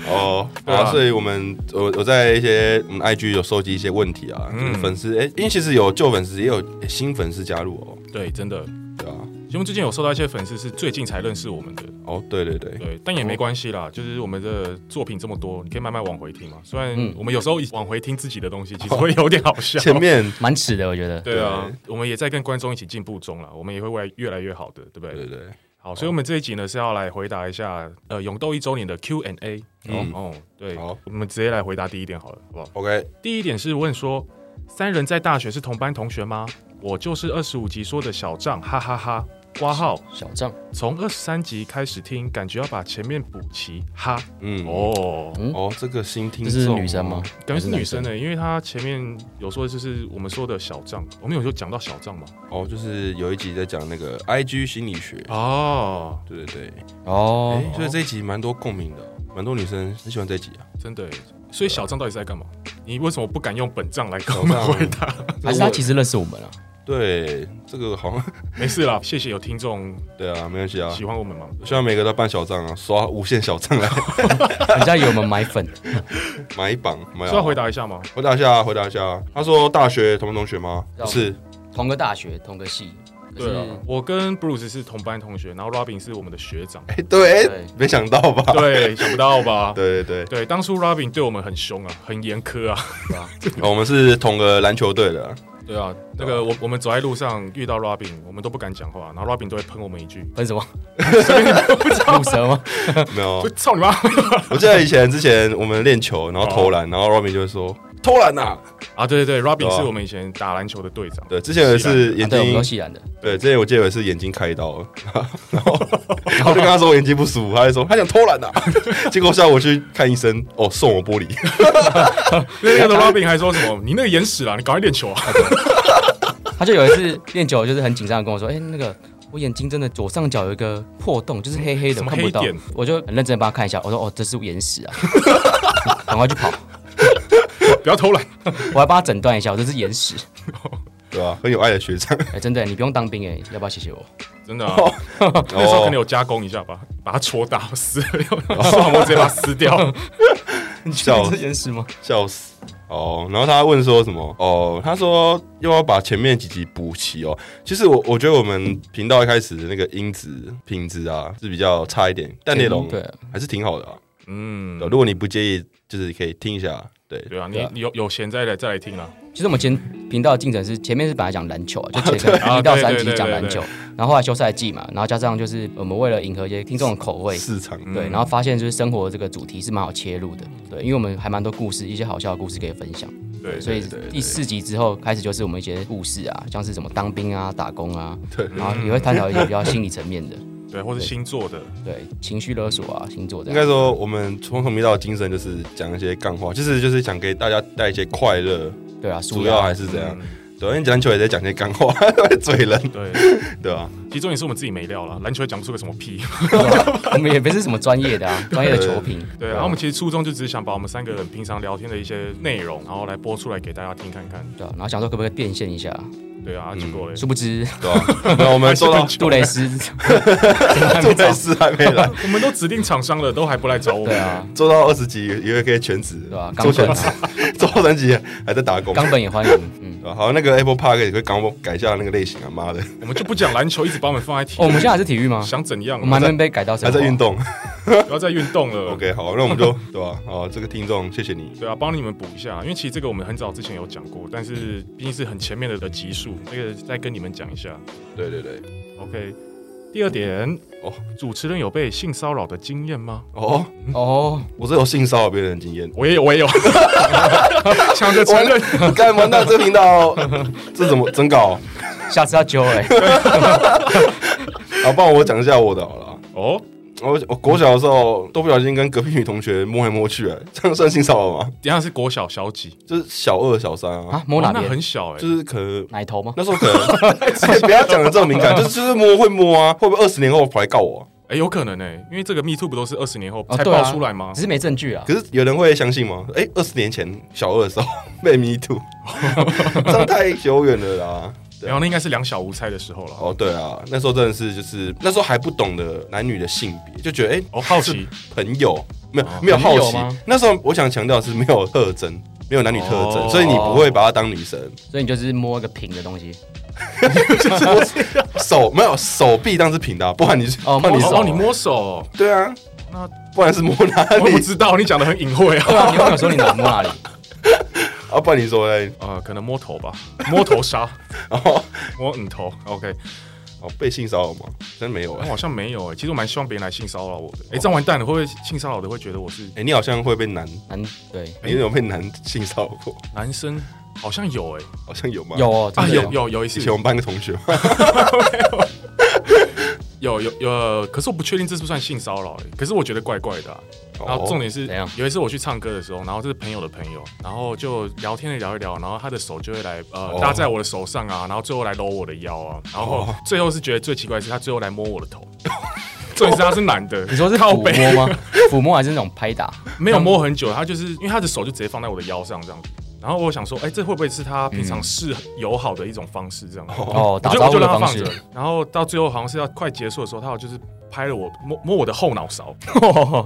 Speaker 1: 哦，
Speaker 2: 对
Speaker 1: 对
Speaker 2: 啊
Speaker 1: 啊，所以我们我我在一些我们 IG 有收集一些问题啊，
Speaker 2: 嗯
Speaker 1: 就是粉丝，哎、因为其实有旧粉丝，也有、哎新粉丝加入哦，
Speaker 2: 对，真的。
Speaker 1: 对啊，
Speaker 2: 节目最近有收到一些粉丝是最近才认识我们的，
Speaker 1: 哦，对对对，
Speaker 2: 对，但也没关系啦，就是我们的作品这么多，你可以慢慢往回听嘛。虽然
Speaker 5: 嗯
Speaker 2: 我们有时候往回听自己的东西，其实会有点好笑。
Speaker 1: 前面
Speaker 5: 蛮迟的，我觉得。
Speaker 2: 对啊，我们也在跟观众一起进步中啦，我们也会越来越来越好的，对不对？
Speaker 1: 对对对，
Speaker 2: 好，所以我们这一集呢是要来回答一下呃勇斗一周年的 Q&A。
Speaker 1: 嗯
Speaker 2: 哦，对，
Speaker 1: 好
Speaker 2: 我们直接来回答第一点好了，好不好？
Speaker 1: ，OK，
Speaker 2: 第一点是问说，三人在大学是同班同学吗？我就是二十五集说的小账，哈哈哈挂号
Speaker 3: 小账，
Speaker 2: 从二十三集开始听，感觉要把前面补齐哈。
Speaker 1: 嗯，哦
Speaker 2: 哦，
Speaker 1: 哦，这个新听
Speaker 5: 嗯
Speaker 3: 这
Speaker 1: 众
Speaker 3: 是女生吗？？
Speaker 2: 感觉是女生
Speaker 3: 还
Speaker 2: 呢、因为她前面有说就是我们说的小账，我们有时候讲到小账嘛。
Speaker 1: 哦，就是有一集在讲那个 I G 心理学，
Speaker 2: 哦，
Speaker 1: 对对对，哎、
Speaker 3: 哦，
Speaker 1: 所以这一集蛮多共鸣的，蛮多女生很喜欢这一集啊。
Speaker 2: 真的、欸。所以小账到底是在干嘛？你为什么不敢用本账来跟
Speaker 1: 小
Speaker 2: 我们
Speaker 1: 账
Speaker 2: 回 答？
Speaker 3: 还是
Speaker 1: 这
Speaker 3: 她
Speaker 1: 个
Speaker 3: 其实认识我们啊？
Speaker 1: 对这个好像
Speaker 2: 没事啦，谢谢有听众
Speaker 1: 对啊，没关系啊。
Speaker 2: 喜欢我们嘛。
Speaker 1: 希望每个都办小账啊，刷无限小账来
Speaker 3: 人家以为我们买粉，
Speaker 1: 买榜买
Speaker 2: 需
Speaker 1: 好。
Speaker 2: 要回答一下吗？
Speaker 1: 回答一下，回答一下。他说大学同班同学吗？
Speaker 5: 要
Speaker 1: 不是，
Speaker 5: 同个大学同个系，可
Speaker 2: 对啊
Speaker 5: 是，
Speaker 2: 我跟 Bruce 是同班同学，然后 Robin 是我们的学长。
Speaker 1: 哎、对，哎
Speaker 5: 对
Speaker 1: 没想到吧？
Speaker 2: 对，想不到吧？
Speaker 1: 对对
Speaker 2: 对，当初 Robin 对我们很凶啊，很严苛啊。
Speaker 1: 对，哦我们是同个篮球队的啊，
Speaker 2: 对啊，那个我我们走在路上遇到 Robin，我们都不敢讲话，然后 Robin 都会喷我们一句
Speaker 3: 分什么？
Speaker 1: 没：“
Speaker 3: 乳蛇吗？
Speaker 1: 有
Speaker 2: 我。操你妈
Speaker 1: 我记得以前之前我们练球，然后投篮，然后 Robin 就会说偷懒呐、啊。！”
Speaker 2: 啊，对对对
Speaker 1: 对
Speaker 2: ，Robin
Speaker 1: 啊
Speaker 2: 是我们以前打篮球的队长。
Speaker 1: 对，之前有一次
Speaker 3: 啊
Speaker 1: 眼
Speaker 3: 对，我们
Speaker 1: 睛
Speaker 3: 都，西兰的，
Speaker 1: 对，之前我记得有一次眼睛开刀了， 然 后然后我就跟他说我眼睛不舒服，他就说他想偷懒呐、啊。 结果下午我去看医生，哦，送我玻璃。
Speaker 2: 那个 Robin 还说什么：“你那个眼屎啦，你赶快练球啊
Speaker 3: 他就有一次练久，就是很紧张的跟我说：“哎、那个我眼睛真的左上角有一个破洞，就是黑黑的，
Speaker 2: 什么
Speaker 3: 看不到
Speaker 2: 黑点。”
Speaker 3: 我就很认真地帮他看一下，我说：“哦，这是眼屎啊， 赶快去跑！”！”
Speaker 2: 不要偷懒。
Speaker 3: 我还帮他诊断一下，我这是眼屎。
Speaker 1: 对吧、很有爱的学长。
Speaker 3: 哎、真的，你不用当兵哎、要不要谢谢我？
Speaker 2: 真的、啊， 那时候可能有加工一下吧，把它戳打撕，送我直接把它撕掉。
Speaker 3: 你
Speaker 1: 确定这
Speaker 3: 眼屎吗？
Speaker 1: 笑死。哦，然后他问说什么？哦，他说又要把前面几集补齐哦。其实我我觉得我们频道一开始的那个音质品质啊是比较差一点，但内容
Speaker 3: 对，
Speaker 1: 还是挺好的啊。
Speaker 2: 嗯
Speaker 1: 对，如果你不介意，就是可以听一下。对，
Speaker 2: 对啊，
Speaker 3: 对
Speaker 2: 你
Speaker 3: 啊
Speaker 2: 你有有闲再来再来听啊啦。
Speaker 3: 其实我们前频道的进程是前面是本来讲 篮球啊，就前面一到三集讲篮球，然后后来休赛季嘛，然后加上就是我们为了迎合一些听众的口味，
Speaker 1: 市场
Speaker 2: 嗯
Speaker 3: 对，然后发现就是生活这个主题是蛮好切入的，对，因为我们还蛮多故事，一些好笑的故事可以分享，
Speaker 2: 对，
Speaker 3: 所以
Speaker 1: 对对
Speaker 3: 第四集之后开始就是我们一些故事啊，像是什么当兵啊、打工啊，
Speaker 1: 对
Speaker 3: 然后也会探讨一些比较心理层面的，
Speaker 2: 对，或是星座的，
Speaker 3: 对，情绪勒索啊、星座这
Speaker 1: 应该
Speaker 3: 样，
Speaker 1: 说我们从头频道的精神就是讲一些干话，就是就是想给大家带一些快乐，
Speaker 3: 对啊，
Speaker 1: 主
Speaker 3: 舒
Speaker 1: 要
Speaker 3: 压
Speaker 1: 还是这样。
Speaker 2: 嗯
Speaker 1: 对，因为篮球也在讲一些干话， 会嘴人，
Speaker 2: 对，
Speaker 1: 对啊，
Speaker 2: 其实重点是我们自己没料了，篮球也讲不出个什么屁。 啊
Speaker 3: 我们也不是什么专业 的啊，专业的球评，啊
Speaker 2: 对，
Speaker 1: 啊
Speaker 2: 然后我们其实初衷就只是想把我们三个人平常聊天的一些内容，然后来播出来给大家听看看。
Speaker 3: 对啊，然后想说可不可以变现一下，
Speaker 2: 对啊，
Speaker 1: 嗯
Speaker 2: 结果嘞，
Speaker 3: 殊不知
Speaker 1: 对啊。那我们收到
Speaker 3: 杜蕾 斯
Speaker 1: 杜蕾斯还没来，
Speaker 2: 我们都指定厂商了，都还不来找我们。
Speaker 3: 对啊，
Speaker 1: 做到二十级也会可以全职，
Speaker 3: 对吧、
Speaker 1: 做
Speaker 3: 冈
Speaker 1: 全
Speaker 3: 本
Speaker 1: 职
Speaker 3: 啊，
Speaker 1: 做到三级还在打工。
Speaker 3: 冈本也欢迎，嗯。
Speaker 1: 啊好，那个 Apple Park 也可以刚我改一下那个类型啊，妈的，
Speaker 2: 我们就不讲篮球，一直把我们放在体
Speaker 3: 哦，我们
Speaker 2: 育，
Speaker 3: 现在还是体 育吗？
Speaker 2: 想怎样
Speaker 3: 我们还
Speaker 2: 啊？
Speaker 3: 没被改到生
Speaker 1: 还
Speaker 3: 活
Speaker 1: 在
Speaker 3: 啊
Speaker 1: 运动。
Speaker 2: 不要再运动了。
Speaker 1: OK，好，那我们就对吧？好，这个听众谢谢你。
Speaker 2: 对啊，帮你们补一下，因为其实这个我们很早之前有讲过，但是毕竟是很前面的的集数，这个再跟你们讲一下。
Speaker 1: 对对对，
Speaker 2: OK，第二点，
Speaker 1: 哦
Speaker 2: 哦，主持人有被性骚扰的经验吗？。
Speaker 1: 哦，
Speaker 3: 哦，
Speaker 1: 我是有性骚扰别人的经验
Speaker 2: 我也有，我也有， 抢着承认。
Speaker 1: 干 完蛋，这个频道这怎么真搞？
Speaker 3: 下次要揪 哎、
Speaker 1: 好，帮我讲一下我的好了啊。
Speaker 2: 哦，
Speaker 1: 我我国小的时候都不小心跟隔壁女同学摸来摸去、哎， 这样算性骚扰吗？
Speaker 2: 等一下是国小小几
Speaker 1: 就是小二、小三啊，
Speaker 3: 啊，摸哪
Speaker 2: 哦那
Speaker 3: 边？
Speaker 2: 很小哎、
Speaker 1: 就是可 能
Speaker 3: 奶 头吗？
Speaker 1: 那时候可能，哎不要讲的这么敏感，就是就是摸会摸啊，会不会二十年后跑来告我啊、
Speaker 2: 哎、有可能哎、因为这个 Me Too 不都是二十年后
Speaker 3: 哦
Speaker 2: 才
Speaker 3: 对啊
Speaker 2: 爆出来吗？
Speaker 3: 只是没证据啊。
Speaker 1: 可是有人会相信吗？哎、二十年前小二的时候 被迷途，这样太久远了啦。对
Speaker 2: 然后那应该是两小无猜的时候了。哦
Speaker 1: 啊哦，对啊，那时候真的是就是那时候还不懂得男女的性别，就觉得哎、
Speaker 2: 哦好奇哦
Speaker 1: 朋友没有、没有好
Speaker 3: 朋友
Speaker 1: 奇
Speaker 3: 吗。
Speaker 1: 那时候我想强调的是没有特征，没有男女特征，
Speaker 2: 哦
Speaker 1: 所以你不会把她当女生。
Speaker 3: 所以你就是摸一个平的 东西，
Speaker 1: 手没有手臂当是平的啊、不然你是
Speaker 3: 哦
Speaker 1: 不然你
Speaker 3: 摸
Speaker 1: 是
Speaker 3: 手
Speaker 2: 哦，你摸手，
Speaker 1: 对啊，
Speaker 2: 那
Speaker 1: 不然是摸哪
Speaker 2: 我不
Speaker 1: 里
Speaker 2: 知道，你讲的很隐晦啊。
Speaker 3: 对啊，你有没有说你哪摸哪里？
Speaker 1: 啊？不然你说嘞？
Speaker 2: 呃，可能摸头吧， 摸头杀，
Speaker 1: 然后
Speaker 2: 摸嗯头。OK，
Speaker 1: 哦被性骚扰吗？真没有
Speaker 2: 我
Speaker 1: 哎、
Speaker 2: 好像没有哎、其实我蛮希望别人来性骚扰我的。哎、这样完蛋了，会不会性骚扰的会觉得我是
Speaker 1: 哎、你好像会被男，
Speaker 3: 嗯，对，
Speaker 1: 你有被男性骚扰过？
Speaker 2: 男生？好像有哎、
Speaker 1: 好像有吗？
Speaker 3: 有哦，
Speaker 2: 啊
Speaker 3: 真的
Speaker 2: 有
Speaker 3: 有。
Speaker 2: 有有一次
Speaker 1: 以前我们班个同学，
Speaker 2: 有有有，可是我不确定这是不是算性骚扰、欸，可是我觉得怪怪的啊、然后
Speaker 1: 哦
Speaker 2: 重点是
Speaker 3: 哦怎样，
Speaker 2: 有一次我去唱歌的时候，然后这是朋友的朋友，然后就聊天的聊一聊，然后他的手就会来呃
Speaker 1: 哦
Speaker 2: 搭在我的手上啊，然后最后来搂我的腰啊，然
Speaker 3: 哦
Speaker 2: 后最后是觉得最奇怪的是他最后来摸我的头， 重点是他是男的，
Speaker 3: 你说是
Speaker 2: 靠
Speaker 3: 抚
Speaker 2: 背
Speaker 3: 摸吗？ 抚摸还是那种拍打？
Speaker 2: 没有摸很久，他就是因为他的手就直接放在我的腰上这样子，然后我想说，哎、这会不会是他平常示友好的一种方式这样子？
Speaker 3: 哦，打
Speaker 2: 我就
Speaker 3: 招
Speaker 2: 我
Speaker 3: 呼
Speaker 2: 就
Speaker 3: 的
Speaker 2: 让他
Speaker 3: 方
Speaker 2: 放
Speaker 3: 式
Speaker 2: 着。，然后到最后好像是要快结束的时候，他好像就是拍了我摸摸我的后脑 勺。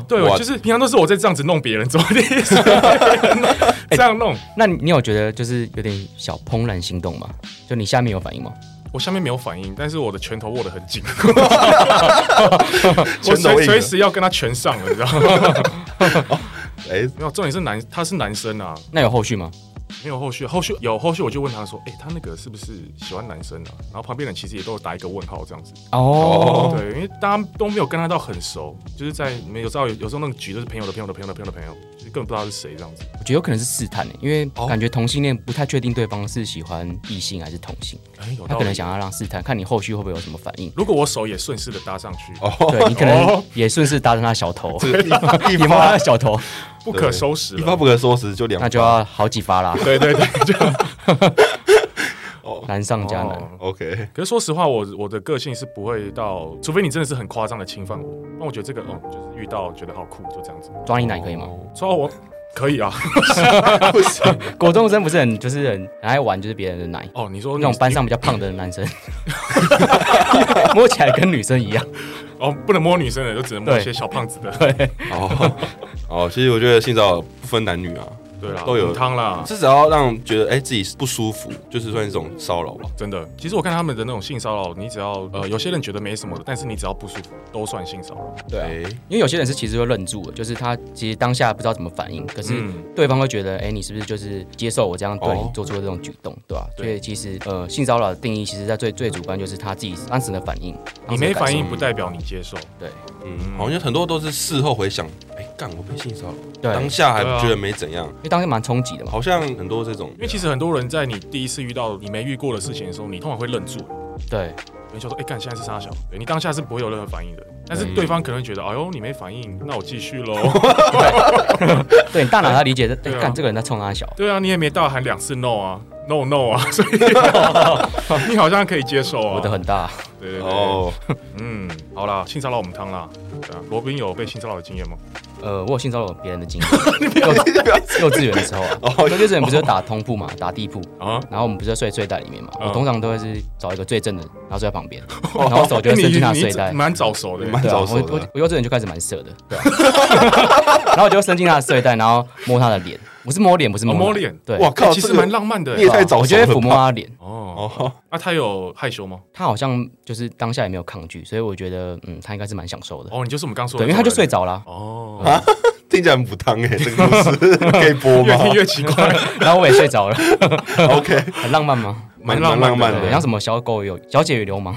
Speaker 2: 对，
Speaker 1: 哇
Speaker 2: 我就是平常都是我在这样子弄别人，怎么的？这样弄，
Speaker 3: 那你你有觉得就是有点小怦然心动吗？就你下面有反应吗？
Speaker 2: 我下面没有反应，但是我的拳头握得很 紧， 我
Speaker 1: 拳头
Speaker 2: 随
Speaker 1: 硬
Speaker 2: 随
Speaker 1: 的，
Speaker 2: 时要跟他拳上了，你知道吗？
Speaker 1: 哎，
Speaker 2: 没有，重点是男，他是男生啊，
Speaker 3: 那有后续吗？
Speaker 2: 没有后续，后续有后续，我就问他说，哎、他那个是不是喜欢男生啊？然后旁边人其实也都有打一个问号这样子。
Speaker 3: 哦，
Speaker 2: 对，因为大家都没有跟他到很熟，就是在你们有知道有有时候那个局都是朋友的朋友的朋友的朋友的朋友，就是根本不知道他是谁这样子。
Speaker 3: 我觉得有可能是试探、欸，因为
Speaker 2: 哦
Speaker 3: 感觉同性恋不太确定对方是喜欢异性还是同性，
Speaker 2: 哎、有
Speaker 3: 他
Speaker 2: 道
Speaker 3: 可能
Speaker 2: 理。
Speaker 3: 想要让试探，看你后续会不会有什么反应。
Speaker 2: 如果我手也顺势的搭上去，
Speaker 3: 对你可能
Speaker 2: 哦
Speaker 3: 也顺势搭上他小头，
Speaker 1: 这个一一
Speaker 3: 也摸他
Speaker 1: 发
Speaker 3: 的小头，
Speaker 2: 不可收拾
Speaker 1: 一发
Speaker 2: 了。
Speaker 1: 不可收拾，就两发
Speaker 3: 那就要好几发啦，
Speaker 2: 对对对，就
Speaker 3: 难上加难。
Speaker 2: 哦
Speaker 1: OK，
Speaker 2: 可是说实话，我我的个性是不会到，除非你真的是很夸张的侵犯我。那我觉得这个，哦、就是遇到觉得好酷，就这样子。
Speaker 3: 抓你奶可以吗？
Speaker 1: 哦
Speaker 2: 说到我可以啊。
Speaker 3: 国中生不是很就是很很爱玩，就是别人的奶。
Speaker 2: 哦，你说
Speaker 3: 那种班上比较胖的 男生，摸起来跟女生一样。
Speaker 2: 哦，不能摸女生的，就只能摸
Speaker 3: 对
Speaker 2: 一些小胖子的。
Speaker 1: 哦哦，其实我觉得性骚扰不分男女啊，
Speaker 2: 对啦，
Speaker 1: 都有
Speaker 2: 母汤啦。
Speaker 1: 至少要让觉得哎自己不舒服，就是算一种骚扰吧。
Speaker 2: 真的，其实我看他们的那种性骚扰，你只要呃，有些人觉得没什么的，但是你只要不舒服，都算性骚扰。
Speaker 3: 对啊
Speaker 1: 哎，
Speaker 3: 因为有些人是其实会愣住了，就是他其实当下不知道怎么反应，可是
Speaker 2: 嗯
Speaker 3: 对方会觉得，哎、你是不是就是接受我这样对你
Speaker 1: 哦
Speaker 3: 做出的这种举动，对吧、
Speaker 2: 对
Speaker 3: 所以其实呃，性骚扰的定义其实在最最主观就是他自己当时的反应，
Speaker 2: 你
Speaker 3: 当时的
Speaker 2: 没
Speaker 3: 感
Speaker 2: 反
Speaker 3: 受
Speaker 2: 应不代表你接受，
Speaker 1: 嗯，好像很多都是事后回想，哎，干我被性骚扰，
Speaker 3: 对，
Speaker 1: 当下还
Speaker 2: 对啊
Speaker 1: 觉得没怎样，
Speaker 3: 因为当时蛮冲击的嘛。
Speaker 1: 好像很多这种
Speaker 2: 啊因为其实很多人在你第一次遇到你没遇过的事情的时候，你通常会愣住，
Speaker 3: 对，
Speaker 2: 你就说：“哎、干，现在是傻小。对”你当下是不会有任何反应的，但是
Speaker 1: 嗯
Speaker 2: 对方可能会觉得：“哎呦，你没反应，那我继续 喽。
Speaker 3: 对你大脑他理解，哎、
Speaker 2: 对啊，
Speaker 3: 干、这个人在冲他小”
Speaker 2: 对啊，你也没到喊两次 no 啊，no no 啊，所以 你好像可以接受啊。
Speaker 3: 我的很大。
Speaker 2: 对对对，
Speaker 1: 哦，
Speaker 2: 嗯，好啦，性骚扰我们汤啦。对啊，罗宾有被性骚扰的经验吗？
Speaker 3: 呃，我有性骚扰别人 的经验，幼幼稚园的时候啊，
Speaker 1: 哦
Speaker 3: 幼稚园不是有打通铺嘛，打地铺，
Speaker 2: 啊，
Speaker 3: 然后我们不是在睡睡袋里面嘛，
Speaker 2: 嗯
Speaker 3: 我通常都会是找一个最正的，然后睡在 旁边，然后手就会伸进他的
Speaker 2: 你
Speaker 3: 睡
Speaker 2: 哎哦你
Speaker 3: 袋。
Speaker 2: 蛮早熟的，
Speaker 1: 蛮
Speaker 3: 对啊，
Speaker 1: 早
Speaker 3: 我
Speaker 1: 熟
Speaker 3: 我
Speaker 1: 的，
Speaker 3: 我幼稚园就开始蛮色的，对啊然后我就伸进他的睡袋，然后摸他的脸，我是摸脸，不是摸
Speaker 2: 哦
Speaker 3: 奶
Speaker 2: 摸脸
Speaker 3: 对，啊
Speaker 1: 哇
Speaker 2: 欸
Speaker 1: 靠，
Speaker 2: 其实
Speaker 1: 这个
Speaker 2: 蛮浪漫的
Speaker 1: 你也
Speaker 2: 欸。
Speaker 1: 太早
Speaker 3: 我
Speaker 1: 熟
Speaker 3: 就会
Speaker 1: 了吧，
Speaker 3: 抚摸他的脸，
Speaker 2: 哦，
Speaker 1: 哦，
Speaker 2: 那他有害羞吗？
Speaker 3: 他好像就是当下也没有抗拒，所以我觉得嗯，他应该是蛮享受的，
Speaker 2: 哦，你就是我们刚说
Speaker 3: 对，
Speaker 2: 的，
Speaker 3: 因为他就睡。着了，
Speaker 2: 哦，
Speaker 1: 听起来很不当哎， 这个故事可以播
Speaker 2: 越
Speaker 1: 吗
Speaker 2: 听越奇怪，
Speaker 3: 然后我也睡着了，
Speaker 1: ？OK，
Speaker 3: 很浪 漫吗？
Speaker 1: 蛮
Speaker 2: 蛮
Speaker 1: 蛮
Speaker 2: 浪
Speaker 1: 浪
Speaker 2: 漫
Speaker 1: 漫
Speaker 2: 的
Speaker 3: 对，
Speaker 1: 的
Speaker 3: 像。什么小狗有小姐与流氓，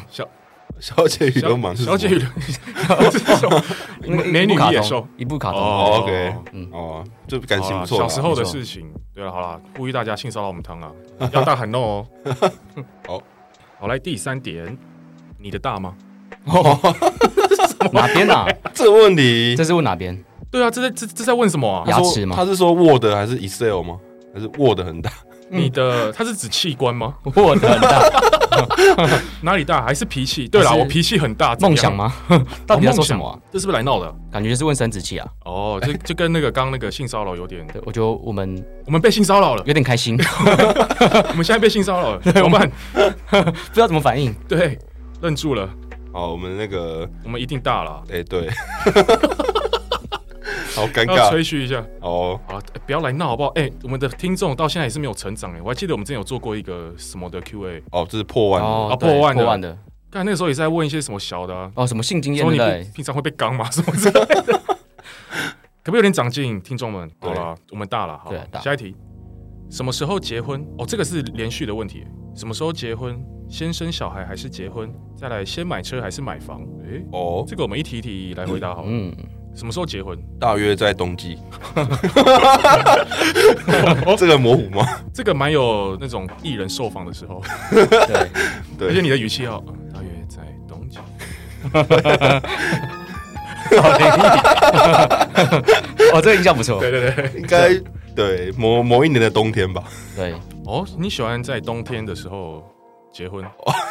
Speaker 1: 小姐与流氓是什
Speaker 2: 小
Speaker 1: 么
Speaker 2: 姐与流氓是什么
Speaker 3: 那个一
Speaker 2: 美
Speaker 3: 一部
Speaker 2: 女
Speaker 3: 卡
Speaker 2: 与野
Speaker 3: 通
Speaker 2: 兽。
Speaker 3: 一部卡通，
Speaker 1: 哦，OK，
Speaker 3: 嗯
Speaker 1: 哦，就感
Speaker 2: 好
Speaker 1: 情
Speaker 2: 啦
Speaker 1: 不错啦。
Speaker 2: 小时候的事情。对啊了，好啦，呼吁大家性骚扰我们汤啊，要大喊 no 哦。
Speaker 1: 好，
Speaker 2: 好来第三点，你的大吗？
Speaker 3: 哪 边啊？
Speaker 1: 这个问题
Speaker 3: 这是问哪边？
Speaker 2: 对啊，这在这这在问什么啊
Speaker 3: 呀？
Speaker 1: 他说
Speaker 3: 牙齿吗
Speaker 1: 他是说 Word 还是 Excel 吗？还是 Word 很大？
Speaker 3: 嗯
Speaker 2: 你的它是指器官吗？
Speaker 3: 我的很大
Speaker 2: 哪里大？还是脾气？对啦，
Speaker 3: 还是
Speaker 2: 我脾气很大。怎
Speaker 3: 梦
Speaker 2: 么样
Speaker 3: 想？吗？ 到底在说什么、
Speaker 2: 哦
Speaker 3: 啊？？
Speaker 2: 梦想这是不是来闹的？
Speaker 3: 感觉就是问生殖器啊。
Speaker 2: 哦，这就跟那个刚刚那个性骚扰有点，
Speaker 3: 对，我觉得我们
Speaker 2: 我们被性骚扰了，
Speaker 3: 有点 开心，不
Speaker 2: 我们现在被性骚扰 了，怎么办？
Speaker 3: 知道怎么反应。
Speaker 2: 对，愣住了，
Speaker 1: 哦，我们那个
Speaker 2: 我们一定大了，
Speaker 1: 哎，对， 好尴
Speaker 2: 要
Speaker 1: 尬
Speaker 2: 吹嘘一下。
Speaker 1: 哦。
Speaker 2: 好了、哎不要来闹好不好？哎、我们的听众到现在也是没有成长哎、我还记得我们之前有做过一个什么的 Q&A，
Speaker 1: 哦，这是破万的，
Speaker 3: 哦
Speaker 2: 啊
Speaker 3: 对
Speaker 2: 破万的
Speaker 3: 破万的
Speaker 2: 但那个时候也是在问一些什么小的、啊，
Speaker 3: 哦，什么性经验
Speaker 2: 说
Speaker 3: 对
Speaker 2: 你
Speaker 3: 不
Speaker 2: 平
Speaker 3: 对？
Speaker 2: 平常会被刚吗？ 什么之类的。可不可以有点长进，听众们？好
Speaker 1: 对
Speaker 2: 了，我们大了，好
Speaker 3: 对大，
Speaker 2: 下一题，什么时候结婚？哦，这个是连续的问题，什么时候结婚？先生小孩还是结婚？再来，先买车还是买房？诶、
Speaker 1: 哦，
Speaker 2: 这个我们一题一题来回答好了。
Speaker 3: 嗯，
Speaker 2: 什么时候结婚？
Speaker 1: 大约在冬 季。这个模糊吗？
Speaker 2: 这个蛮有那种艺人受访的时候，
Speaker 3: 对，
Speaker 2: 而且
Speaker 1: 对，
Speaker 2: 你的语气要、呃大约在冬季。
Speaker 3: 哦，这个印象不错。
Speaker 2: 对对对，
Speaker 1: 应该对某某一年的冬天吧？
Speaker 3: 对，
Speaker 2: 哦，你喜欢在冬天的时候结婚，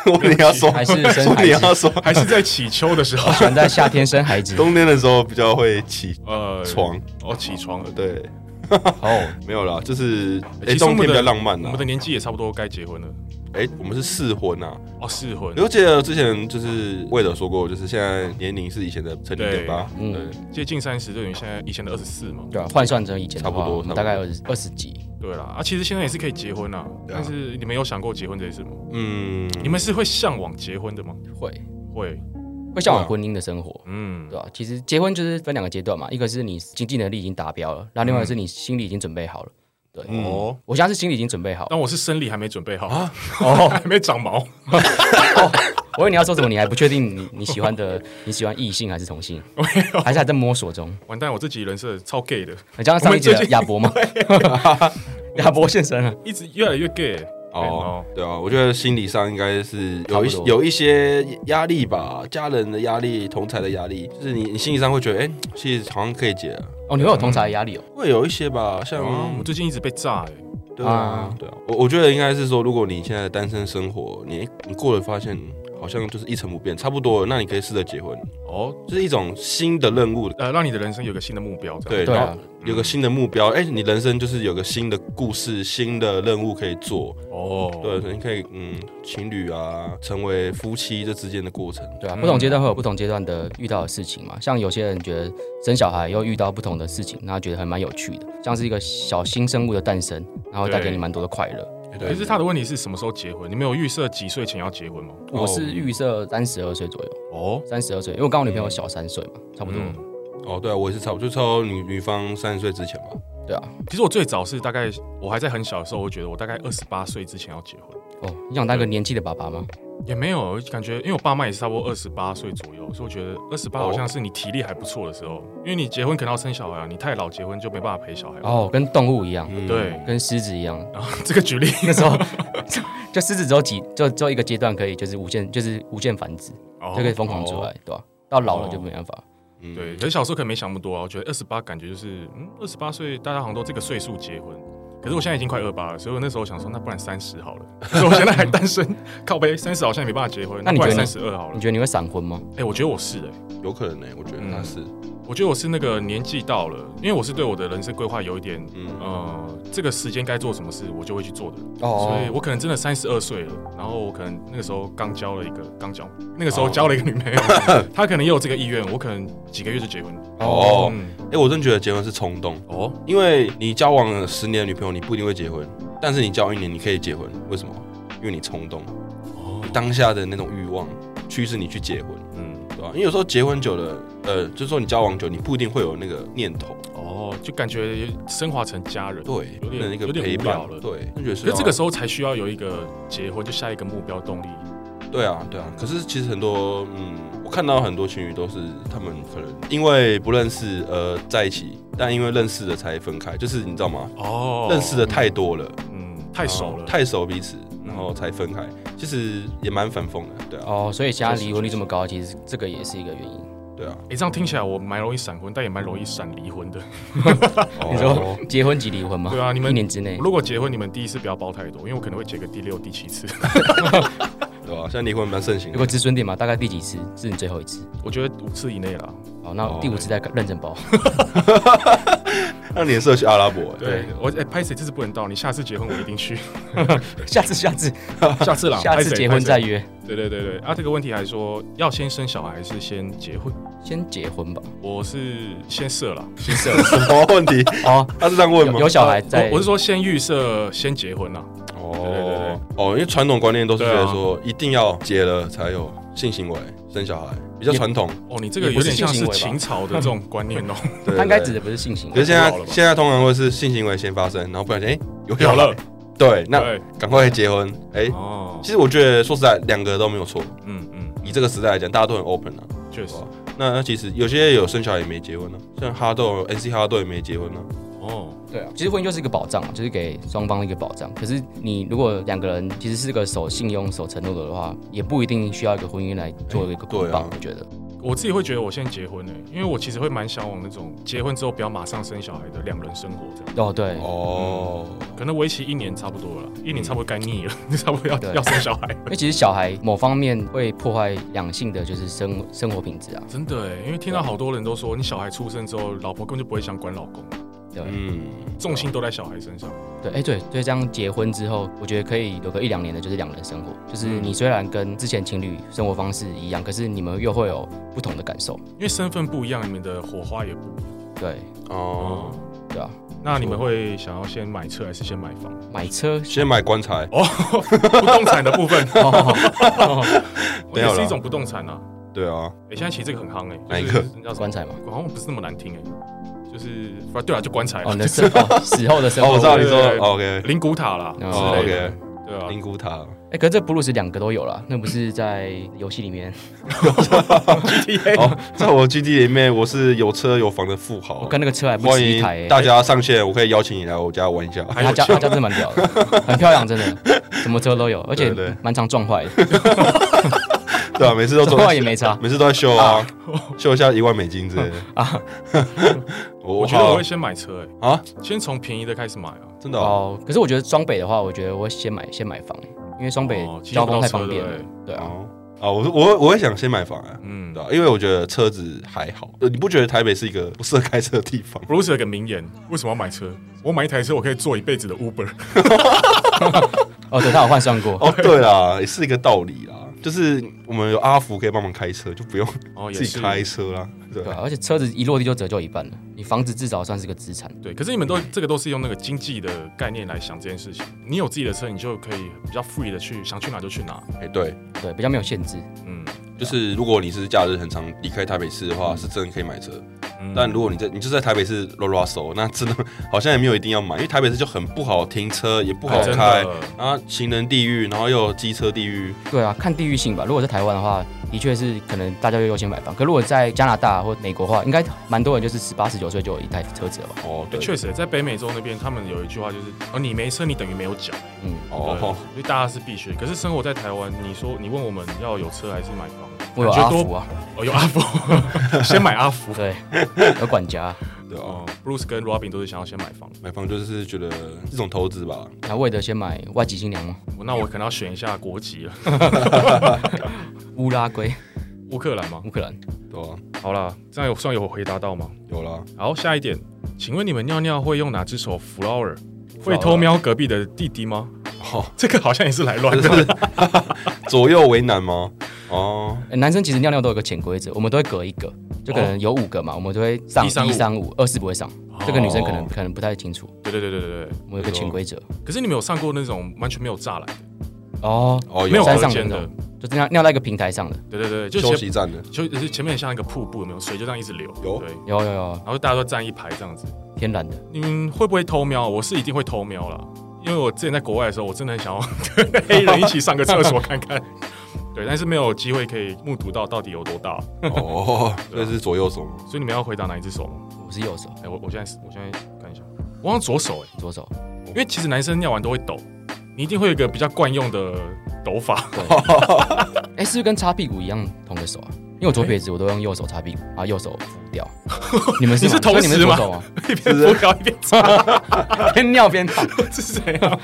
Speaker 1: 我你要说，
Speaker 3: 还是 生
Speaker 1: 说
Speaker 3: 孩
Speaker 1: 你
Speaker 3: 子
Speaker 1: 要说
Speaker 2: 还是在起秋的时 候？
Speaker 3: 喜欢在夏天生 孩子。
Speaker 1: 冬天的时候比较会起
Speaker 2: 呃，
Speaker 1: 床，
Speaker 2: 哦，起床了。
Speaker 1: 对，
Speaker 3: 哦，
Speaker 1: 没有啦，就是
Speaker 2: 欸
Speaker 1: 哎，
Speaker 2: 其实我
Speaker 1: 冬
Speaker 2: 们
Speaker 1: 天比
Speaker 2: 的
Speaker 1: 较浪漫
Speaker 2: 我
Speaker 1: 啦
Speaker 2: 们。的年纪也差不多该结婚了。
Speaker 1: 哎，我们是试婚啊，
Speaker 2: 哦，适婚
Speaker 1: 你，就记得之前就是魏德说过，就是现在年龄是以前的乘以
Speaker 2: 对
Speaker 1: 点八，
Speaker 3: 嗯
Speaker 1: 对，
Speaker 2: 接近三十就等于现在以前的二十四嘛。
Speaker 3: 对啊，换算成以前的话
Speaker 1: 差不多
Speaker 3: 我
Speaker 1: 差
Speaker 3: 们大
Speaker 1: 不多
Speaker 3: 概二十二十几。
Speaker 2: 对啦，啊，其实现在也是可以结婚啦，
Speaker 1: 对啊
Speaker 2: 但是你们有想过结婚这件事吗？
Speaker 1: 嗯，
Speaker 2: 你们是会向往结婚的吗？
Speaker 3: 会
Speaker 2: 会，
Speaker 3: 会向往婚姻的生活。
Speaker 2: 嗯，
Speaker 3: 对吧、其实结婚就是分两个阶段嘛，一个是你经济能力已经达标了，那另外一个是你心里已经准备好了。对，
Speaker 1: 嗯
Speaker 2: 哦，
Speaker 3: 我现在是心里已经准备好了。
Speaker 2: 但我是生理还没准备好啊，哦， 还没长毛，
Speaker 3: 我以为你要说什么，你还不确定你你喜欢 的你喜欢异性还是同性，还是还在摸索中。
Speaker 2: 完蛋，我自己人设超 gay 的，
Speaker 3: 你像上一集
Speaker 2: 我们最
Speaker 3: 的
Speaker 2: 近
Speaker 3: 亚伯吗？ 亚伯现身了，
Speaker 2: 一直越来越 gay，
Speaker 1: 哦
Speaker 2: 哦，，
Speaker 1: 对啊，我觉得心理上应该是
Speaker 3: 差
Speaker 1: 有
Speaker 3: 不
Speaker 1: 一
Speaker 3: 多
Speaker 1: 有一些压力吧，家人的压力、同才的压力，就是你你心理上会觉得，哎、其实好像可以解了，
Speaker 3: 哦，你会有同才的压力哦。
Speaker 1: 会有一些吧，像、
Speaker 2: 哦，我最近一直被炸，哎，
Speaker 1: 对啊
Speaker 3: 啊
Speaker 1: 对啊，我我觉得应该是说，如果你现在单身生活，你你过了发现好像就是一成不变，差不多了，那你可以试着结婚，
Speaker 2: 哦，
Speaker 1: 就是一种新的任务，
Speaker 2: 呃，让你的人生有个新的目标，这
Speaker 1: 对，
Speaker 2: 样
Speaker 3: 对
Speaker 1: 然
Speaker 3: 啊
Speaker 1: 后有个新的目标，哎、你人生就是有个新的故事、新的任务可以做，
Speaker 2: 哦，
Speaker 1: 对，你可以嗯，情侣啊，成为夫妻这之间的过程。
Speaker 3: 对啊，
Speaker 2: 嗯
Speaker 3: 不同阶段会有不同阶段的遇到的事情嘛。像有些人觉得生小孩又遇到不同的事情，然后觉得还蛮有趣的，像是一个小新生物的诞生，然后会带给你蛮多的快乐。
Speaker 1: 对
Speaker 2: 哎可是他的问题是什么时候结婚？你们有预设几岁前要结婚吗？
Speaker 3: 我是预设三十二岁左右，
Speaker 2: 哦，
Speaker 3: 三十二岁，因为我刚好女朋友小三岁嘛，差不多。
Speaker 2: 嗯
Speaker 1: 哦，对啊，我也是差不多，就超女女方三十岁之前吧。
Speaker 3: 对啊，
Speaker 2: 其实我最早是大概我还在很小的时候，我觉得我大概二十八岁之前要结婚，
Speaker 3: 哦，你想当个年纪的爸爸吗？
Speaker 2: 也没有感觉，因为我爸妈也是差不多二十八岁左右，所以我觉得二十八
Speaker 3: 哦
Speaker 2: 好像是你体力还不错的时候，因为你结婚可能要生小孩啊，你太老结婚就没办法陪小孩了。
Speaker 3: 哦，跟动物一样，
Speaker 1: 嗯，
Speaker 2: 对，
Speaker 3: 跟狮子一样，
Speaker 2: 然后这个举 例
Speaker 3: 那时候就狮子只有几，就只有一个阶段可以，就是无限，就是无限繁殖，
Speaker 2: 哦
Speaker 3: 就可以疯狂出来，对吧、到老了就没办法。
Speaker 1: 嗯
Speaker 2: 对，可是小时候可能没想那么多啊，我觉得二十八感觉就是，嗯，二十八岁大家好像都这个岁数结婚，可是我现在已经快二八了，所以我那时候想说，那不然三十好了，所以我现在还单身， 靠背三十好像也没办法结婚，
Speaker 3: 那
Speaker 2: 那
Speaker 3: 你
Speaker 2: 不然
Speaker 3: 觉得
Speaker 2: 三
Speaker 3: 你
Speaker 2: 十二好了
Speaker 3: 你。觉得你会闪婚吗？
Speaker 2: 哎、我觉得我是哎、
Speaker 1: 有可能呢、欸我觉得他是，
Speaker 2: 我觉得我是那个年纪到了，因为我是对我的人生规划有一点，
Speaker 1: 嗯，
Speaker 2: 呃，这个时间该做什么事我就会去做的人，所以
Speaker 3: 哦，
Speaker 2: 我可能真的三十二岁了，然后我可能那个时候刚交了一个，刚交，那个时候交了一个女朋友，她可能也有这个意愿，我可能几个月就结婚。
Speaker 1: 哦
Speaker 2: 嗯，
Speaker 1: 哎、我真觉得结婚是冲动，
Speaker 2: 哦，
Speaker 1: 因为你交往了十年的女朋友，你不一定会结婚，但是你交往一年，你可以结婚，为什么？因为你冲动，
Speaker 2: 哦，
Speaker 1: 当下的那种欲望驱使你去结婚，
Speaker 2: 嗯。
Speaker 1: 对吧？因为有时候结婚久了，呃，就是说你交往久，你不一定会有那个念头，
Speaker 2: 哦，就感觉升华成家人。
Speaker 1: 对，
Speaker 2: 有点
Speaker 1: 那个
Speaker 2: 有点
Speaker 1: 陪
Speaker 2: 无聊
Speaker 1: 伴
Speaker 2: 了
Speaker 1: 对，就觉得
Speaker 2: 可是这个
Speaker 1: 是
Speaker 2: 时候才需要有一个结婚，就下一个目标动力。
Speaker 1: 要，对啊，对啊。可是其实很多，嗯，我看到很多情侣都是他们可能因为不认识而在一起，但因为认识了才分开，就是你知道吗？
Speaker 2: 哦
Speaker 1: 认识的，太多了。
Speaker 2: 嗯，太熟了，
Speaker 1: 太熟彼此，然后才分开，其实也蛮反讽的，对啊，
Speaker 3: 哦，所以现在离婚率这么高，其实这个也是一个原因。
Speaker 1: 对 啊，
Speaker 2: 哎、这样听起来我蛮容易闪婚，但也蛮容易闪离婚的。
Speaker 3: 你
Speaker 1: 哦
Speaker 3: 说结婚即离婚吗？
Speaker 2: 对啊你们
Speaker 3: 一年之内，
Speaker 2: 如果结婚，你们第一次不要包太多，因为我可能会结个第六、第七 次。
Speaker 1: 对啊，现在离婚蛮盛行
Speaker 3: 有
Speaker 1: 的，
Speaker 3: 个止损点嘛，大概第几次是你最后一次？
Speaker 2: 我觉得五次以内啦。
Speaker 3: 哦，那第五次再认真包。
Speaker 1: 让脸色去阿拉伯，欸
Speaker 2: 对，我哎，拍、谁这次不能到，你下次结婚我一定 去，
Speaker 3: 下次，下次，
Speaker 2: 下次啦，
Speaker 3: 下次
Speaker 2: 拍谁
Speaker 3: 结婚再。约，
Speaker 2: 拍谁对对对对，啊，这个问题还说要先生小孩还是先结婚？
Speaker 3: 先结婚吧。
Speaker 2: 我是先设啦，先 设。
Speaker 1: 什么问题？
Speaker 3: 哦，
Speaker 1: 他是这样问吗
Speaker 3: 有？有小孩
Speaker 2: 哦我
Speaker 3: 在
Speaker 2: 我，是说先预设先结婚啦。对对对
Speaker 1: 哦哦，因为传统观念都是觉
Speaker 2: 对
Speaker 1: 得
Speaker 2: 啊
Speaker 1: 说一定要结了才有性行为、生小孩，比较传统，
Speaker 2: 哦，你这个有点像是
Speaker 3: 也不是性行
Speaker 2: 秦
Speaker 3: 为吧
Speaker 2: 朝的这种观念 哦。
Speaker 1: 对，
Speaker 3: 他应该指
Speaker 1: 对。
Speaker 3: 的不是性行
Speaker 1: 可
Speaker 3: 为
Speaker 1: 是。现在
Speaker 2: 古老了吧
Speaker 1: 现在通常会是性行为先发生，然后不小心哎有
Speaker 2: 有
Speaker 1: 小孩
Speaker 2: 了，，
Speaker 1: 对，那
Speaker 2: 对，
Speaker 1: 赶快结婚，哎。
Speaker 2: 哦
Speaker 1: 其，实我觉得，说实在，两个都没有错。
Speaker 2: 嗯嗯，
Speaker 1: 以这个时代来讲，大家都很 open 啊。
Speaker 2: 确实，
Speaker 1: 那那其实有些有生小孩也没结婚呢、像哈豆啊 NC 哈豆也没结婚呢、
Speaker 2: 哦，
Speaker 3: 对啊，其实婚姻就是一个保障嘛，就是给双方的一个保障。可是你如果两个人其实是个守信用、守承诺的话，也不一定需要一个婚姻来做一个
Speaker 1: 对啊
Speaker 3: 捆绑。我觉得，
Speaker 2: 我自己会觉得我现在结婚了、欸因为我其实会蛮向往那种结婚之后不要马上生小孩的两人生活这样。
Speaker 3: 哦，对，
Speaker 1: 哦，
Speaker 2: 可能为期一年差不多了，一年差不多该腻了， 差不多要要生小孩。
Speaker 3: 因为其实小孩某方面会破坏两性的就是生生活品质啊。
Speaker 2: 真的哎，因为听到好多人都说，你小孩出生之后，老婆根本就不会想管老公，
Speaker 1: 嗯，
Speaker 2: 重心都在小孩身上。
Speaker 3: 对，哎、对，所以这样结婚之后，我觉得可以有个一两年的，就是两人生活，就是
Speaker 1: 嗯
Speaker 3: 你虽然跟之前情侣生活方式一样，可是你们又会有不同的感受。
Speaker 2: 因为身份不一样，你们的火花也不一样。
Speaker 3: 对，
Speaker 1: 哦，
Speaker 3: 对啊，
Speaker 2: 那你们会想要先买车还是先买房？
Speaker 3: 买车
Speaker 1: 先买棺材，
Speaker 2: 不动产的部 分，哦
Speaker 1: 没有
Speaker 2: 也
Speaker 1: 啦
Speaker 2: 是一种不动产啊。
Speaker 1: 对啊，
Speaker 2: 哎、现在其实这个很夯哎、
Speaker 1: 哪一
Speaker 2: 就是
Speaker 1: 个
Speaker 2: 人家说
Speaker 3: 棺材嘛。
Speaker 2: 好像不是那么难听哎、就是啊，对啊，就棺材
Speaker 3: 哦，
Speaker 2: 啊
Speaker 3: 你，的生哦，死后的生
Speaker 1: 哦，
Speaker 3: 活。
Speaker 1: 我知道你说
Speaker 2: 对对对
Speaker 1: OK，
Speaker 2: 灵骨塔啦之
Speaker 3: 哦
Speaker 2: 类的，
Speaker 1: OK，
Speaker 2: 对啊，
Speaker 1: 灵骨塔，
Speaker 3: 哎、可是这 Bruce 两个都有了，那不是在游戏里面？
Speaker 1: 哦，在我基地里面，我是有车有房的富豪啊
Speaker 3: 我，看那个车还不
Speaker 1: 欢
Speaker 3: 止一
Speaker 1: 迎
Speaker 3: 台、欸，哎
Speaker 1: 大家上线，我可以邀请你来我家玩一下。
Speaker 3: 他
Speaker 2: 哦
Speaker 3: 家他家真的蛮屌 的，很漂亮，真的，什么车都有，而且
Speaker 1: 对对
Speaker 3: 蛮常撞坏的，
Speaker 1: 对啊，每次都
Speaker 3: 撞坏也 没差。
Speaker 1: 每次都在秀啊，秀一下一万美金之类的啊。 我
Speaker 2: 我觉得我会先买车哎、
Speaker 1: 啊，
Speaker 2: 先从便宜的开始买啊。
Speaker 1: 真的哦，
Speaker 3: 哦，可是我觉得双北的话，我觉得我会先买先买房，欸因为双北
Speaker 2: 哦
Speaker 3: 交通太方
Speaker 2: 骑
Speaker 3: 便
Speaker 2: 不到
Speaker 3: 了
Speaker 2: 车。
Speaker 3: 对啊，
Speaker 1: 哦啊，我我我会想先买房啊，
Speaker 2: 嗯
Speaker 1: 对啊，因为我觉得车子还好。呃你不觉得台北是一个不适合开车的地方？
Speaker 2: ，Bruce 有个名言，为什么要买车？我买一台车，我可以做一辈子 的 Uber。
Speaker 3: 哦，对，他有换算过。
Speaker 1: 哦，对啦，也是一个道理啦，就是我们有阿福可以帮忙开车，就不用
Speaker 2: 哦，也
Speaker 1: 自己
Speaker 2: 是
Speaker 1: 开车啦。对
Speaker 3: 对啊，而且车子一落地就折旧一半了，你房子至少算是个资产。
Speaker 2: 对，可是你们都这个都是用那个经济的概念来想这件事情。你有自己的车，你就可以比较 free 的去想去哪就去哪。
Speaker 1: 哎，对，
Speaker 3: 对，比较没有限制。
Speaker 2: 嗯，
Speaker 1: 就是如果你是假日很常离开台北市的话，是真的可以买车。
Speaker 2: 嗯
Speaker 1: 但如果你在你就在台北市啰啰嗦，那真的好像也没有一定要买，因为台北市就很不好停车，也不好
Speaker 2: 哎真
Speaker 1: 开
Speaker 2: 的，
Speaker 1: 然后行人地狱，然后又有机车地狱，
Speaker 3: 对啊，看地域性吧。如果在台湾的话，的确是可能大家就优先买房。可如果在加拿大或美国的话，应该蛮多人就是十八十九岁就有一台车子了吧？
Speaker 1: 哦，
Speaker 2: 对，哎确实，在北美洲那边，他们有一句话就是：哦，你没车，你等于没有脚。
Speaker 3: 嗯，
Speaker 1: 哦，
Speaker 2: 对所以大家是必须。可是生活在台湾，你说你问我们要有车还是买房？
Speaker 3: 我有
Speaker 2: 感觉
Speaker 3: 阿
Speaker 2: 都
Speaker 3: 福啊，
Speaker 2: 哦，有阿 福，先买阿福。
Speaker 3: 对， 有管家。
Speaker 1: 对哦，
Speaker 2: 哦，Bruce 跟 Robin 都是想要先买房。
Speaker 1: 买房就是觉得这种投资吧，
Speaker 3: 那为了先买外籍新娘吗？
Speaker 2: 那我可能要选一下国籍了，
Speaker 3: 乌拉圭、
Speaker 2: 乌克兰吗
Speaker 3: 乌？克兰。
Speaker 1: 对啊，
Speaker 2: 好啦，这样有算有回答到吗？
Speaker 1: 有啦，
Speaker 2: 好，下一点，请问你们尿尿会用哪只手？Flower 会偷瞄隔壁的弟弟吗？
Speaker 1: 哦，
Speaker 2: 这个好像也是来乱
Speaker 1: 就
Speaker 2: 的。
Speaker 1: 是左右为难吗？哦，
Speaker 3: 欸男生其实尿尿都有个潜规则，我们都会隔一个，就可能有五个嘛，我们都会上
Speaker 2: 哦一三五
Speaker 3: 一三五，二四不会上。这个女生可能可能不太清楚，
Speaker 2: 哦对对对对对对。
Speaker 3: 我们有个潜规则。
Speaker 2: 可是你们有上过那种完全没有栅栏的，
Speaker 3: 哦，
Speaker 1: 哦，
Speaker 2: 没有
Speaker 3: 山
Speaker 2: 隔
Speaker 3: 上的
Speaker 2: 间
Speaker 3: 那
Speaker 2: 的
Speaker 3: 种？，就是尿尿在一个平台上的。
Speaker 2: 对对对，就
Speaker 1: 休
Speaker 2: 前
Speaker 1: 息站的，
Speaker 2: 就就是前面像一个瀑布，有没有水就这样一直流？
Speaker 1: 有
Speaker 2: 对，
Speaker 3: 有有有，
Speaker 2: 然后大家都站一排这样子。
Speaker 3: 天然的。
Speaker 2: 你们会不会偷瞄？我是一定会偷瞄啦，因为我之前在国外的时候，我真的很想要 跟黑人一起上个厕所看看。对，但是没有机会可以目睹到到底有多大，
Speaker 1: 哦，
Speaker 2: 啊
Speaker 1: 这是左右手吗？
Speaker 2: 所以你们要回答哪一只手吗？
Speaker 3: 我是右手，
Speaker 2: 哎、我我现在是我现在看一下，我好像左手哎、
Speaker 3: 左手。
Speaker 2: 因为其实男生尿完都会抖，你一定会有一个比较惯用的抖 法。哦
Speaker 3: 哎、是不是跟擦屁股一样同个手啊？因为我左撇子，我都用右手擦屁股，然后右手扶 掉。你们是
Speaker 2: 你是
Speaker 3: 吗
Speaker 2: 同
Speaker 3: 所以你们
Speaker 2: 时吗
Speaker 3: 左手吗？
Speaker 2: 一边扶高一边擦，
Speaker 3: 边尿边擦，
Speaker 2: 是谁啊？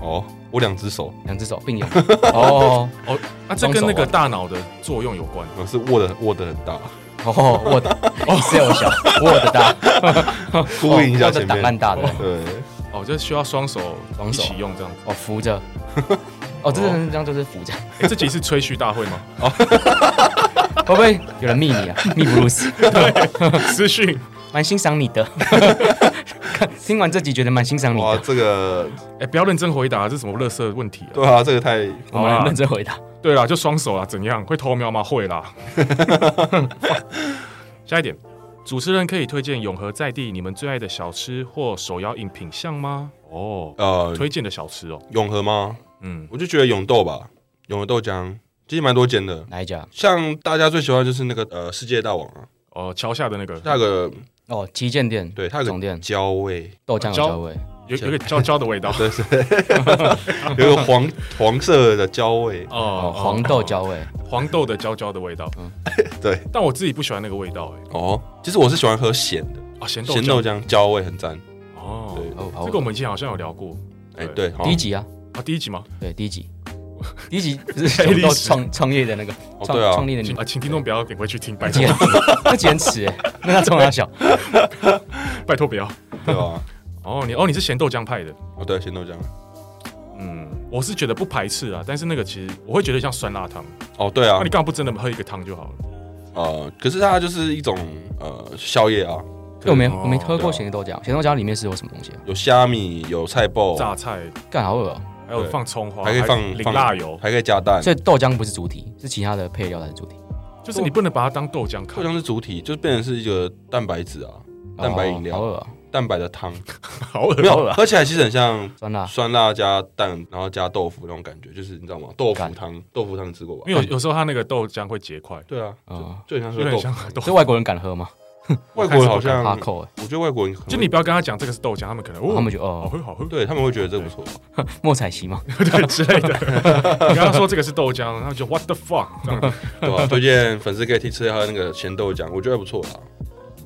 Speaker 1: 哦，我两只手，
Speaker 3: 两只手 并用。哦
Speaker 2: 哦，那、这跟那
Speaker 3: 双手
Speaker 2: 个
Speaker 3: 啊
Speaker 2: 大脑的作用有关。
Speaker 1: 我呃是握的握的很 大，
Speaker 3: 哦，我的，只有小，我的大，哦
Speaker 1: 呼应一下
Speaker 3: 我的
Speaker 1: 前
Speaker 3: 档案
Speaker 1: 面，
Speaker 3: 大的。
Speaker 1: 对，
Speaker 2: 哦，这需要双手一
Speaker 3: 双手
Speaker 2: 起用这样子。
Speaker 3: 哦，扶着。哦，这人这样就是扶着，
Speaker 2: 哎这集是吹嘘大会吗？
Speaker 3: 会不会有人密你啊？密布鲁斯，
Speaker 2: 资讯。
Speaker 3: 蛮欣赏你的。 看听完这集觉得蛮欣赏你
Speaker 1: 哇，
Speaker 3: 的，
Speaker 1: 这个
Speaker 2: 哎、不要认真回答，这是什么垃圾问题啊？
Speaker 1: 对啊，这个太
Speaker 3: 我们来认真回答。
Speaker 2: 对啦，就双手啦，怎样？会偷瞄吗？会啦。 下一点，主持人可以推荐永和在地你们最爱的小吃或手摇饮品项吗？哦，
Speaker 1: 呃
Speaker 2: 推荐的小吃哦，
Speaker 1: 永和吗？
Speaker 2: 嗯，
Speaker 1: 我就觉得永豆吧，永和豆浆其实蛮多间的，
Speaker 3: 哪一家？
Speaker 1: 像大家最喜欢就是那个呃世界大王啊，
Speaker 2: 哦，桥下的那个，
Speaker 1: 那个
Speaker 3: 哦，旗舰店，
Speaker 1: 对，它有
Speaker 3: 总
Speaker 1: 个
Speaker 3: 店
Speaker 1: 焦味，
Speaker 3: 豆浆有
Speaker 2: 焦
Speaker 3: 焦味，
Speaker 2: 有有一个焦焦的味道
Speaker 1: 对，是有个黄 黄色的焦味，
Speaker 2: 哦
Speaker 3: 哦，黄豆焦味，
Speaker 2: 黄豆的焦焦的味道，
Speaker 1: 嗯 对，
Speaker 2: 但我自己不喜欢那个味道哎、
Speaker 1: 哦，其实我是喜欢喝咸的，
Speaker 2: 啊咸豆
Speaker 1: 咸豆
Speaker 2: 浆
Speaker 1: 浆焦味很赞，
Speaker 2: 哦，
Speaker 1: 对，
Speaker 3: 哦，好
Speaker 2: 这个我们以前好像有聊过
Speaker 1: 哎对，好像
Speaker 3: 第一集啊，
Speaker 2: 啊，第一集吗？
Speaker 3: 对，第一集，第一集不是
Speaker 2: 黑
Speaker 3: 讲
Speaker 2: 历
Speaker 3: 到
Speaker 2: 史
Speaker 3: 创创业的那个
Speaker 1: 哦
Speaker 3: 创
Speaker 1: 对啊
Speaker 3: 创立的
Speaker 2: 请
Speaker 3: 你
Speaker 2: 啊，请听众不要点回去 听，拜托
Speaker 3: 几很那几很耻欸，那他从哪小？
Speaker 2: 拜托不要。
Speaker 1: 对吧？
Speaker 2: 哦，你哦你是咸豆浆派的，
Speaker 1: 哦对，咸豆浆，
Speaker 2: 嗯，我是觉得不排斥啊，但是那个其实我会觉得像酸辣汤，
Speaker 1: 哦对啊
Speaker 2: 那你，干嘛不真的喝一个汤就好了？
Speaker 1: 呃，可是它就是一种呃宵夜啊，
Speaker 3: 因为我没
Speaker 2: 哦
Speaker 3: 我没喝
Speaker 1: 对啊
Speaker 3: 过咸豆浆，咸豆浆里面是有什么东西啊？
Speaker 1: 有虾米，有菜爆，
Speaker 2: 榨菜，
Speaker 3: 干好恶哦，
Speaker 2: 还有
Speaker 1: 哦对
Speaker 2: 放葱花，
Speaker 1: 还可以放
Speaker 2: 淋
Speaker 1: 放
Speaker 2: 辣油，
Speaker 1: 还可以加蛋，
Speaker 3: 所以豆浆不是主体，是其他的配料才是主体。
Speaker 2: 就是你不能把它当豆浆
Speaker 1: 豆
Speaker 2: 看。
Speaker 1: 浆是主体，就变成是一个蛋白质啊，蛋白饮料
Speaker 3: 哦好恶哦，
Speaker 1: 蛋白的 汤，
Speaker 2: 好恶
Speaker 1: 没有，喝起来其实很像
Speaker 3: 酸
Speaker 2: 啊
Speaker 3: 辣，
Speaker 1: 酸辣加蛋，然后加豆腐那种感觉，就是你知道吗？豆腐
Speaker 3: 干
Speaker 1: 汤，豆腐汤你吃过吧？
Speaker 2: 因为有有时候它那个豆浆会结块，
Speaker 1: 对啊，
Speaker 3: 哦
Speaker 1: 就就很像
Speaker 2: 有
Speaker 1: 喝
Speaker 2: 点
Speaker 1: 豆
Speaker 2: 像
Speaker 1: 腐。
Speaker 2: 豆。
Speaker 3: 所以外国人敢喝吗？
Speaker 1: 外国人好像，
Speaker 3: 哈
Speaker 1: 我
Speaker 3: 扣欸，
Speaker 1: 觉得外国人可能
Speaker 2: 就你不要跟他讲这个是豆浆，他们可能哦，
Speaker 3: 他们就
Speaker 2: 好
Speaker 3: 哦，
Speaker 2: 喝好喝，
Speaker 1: 对他们会觉得这不错，
Speaker 3: 莫彩旗嘛，
Speaker 2: 对之类的。 你跟他说这个是豆浆，他们就 What the fuck 这样子。
Speaker 1: 对吧？推荐粉丝可以去吃一下那个咸豆浆，我觉得不错啦。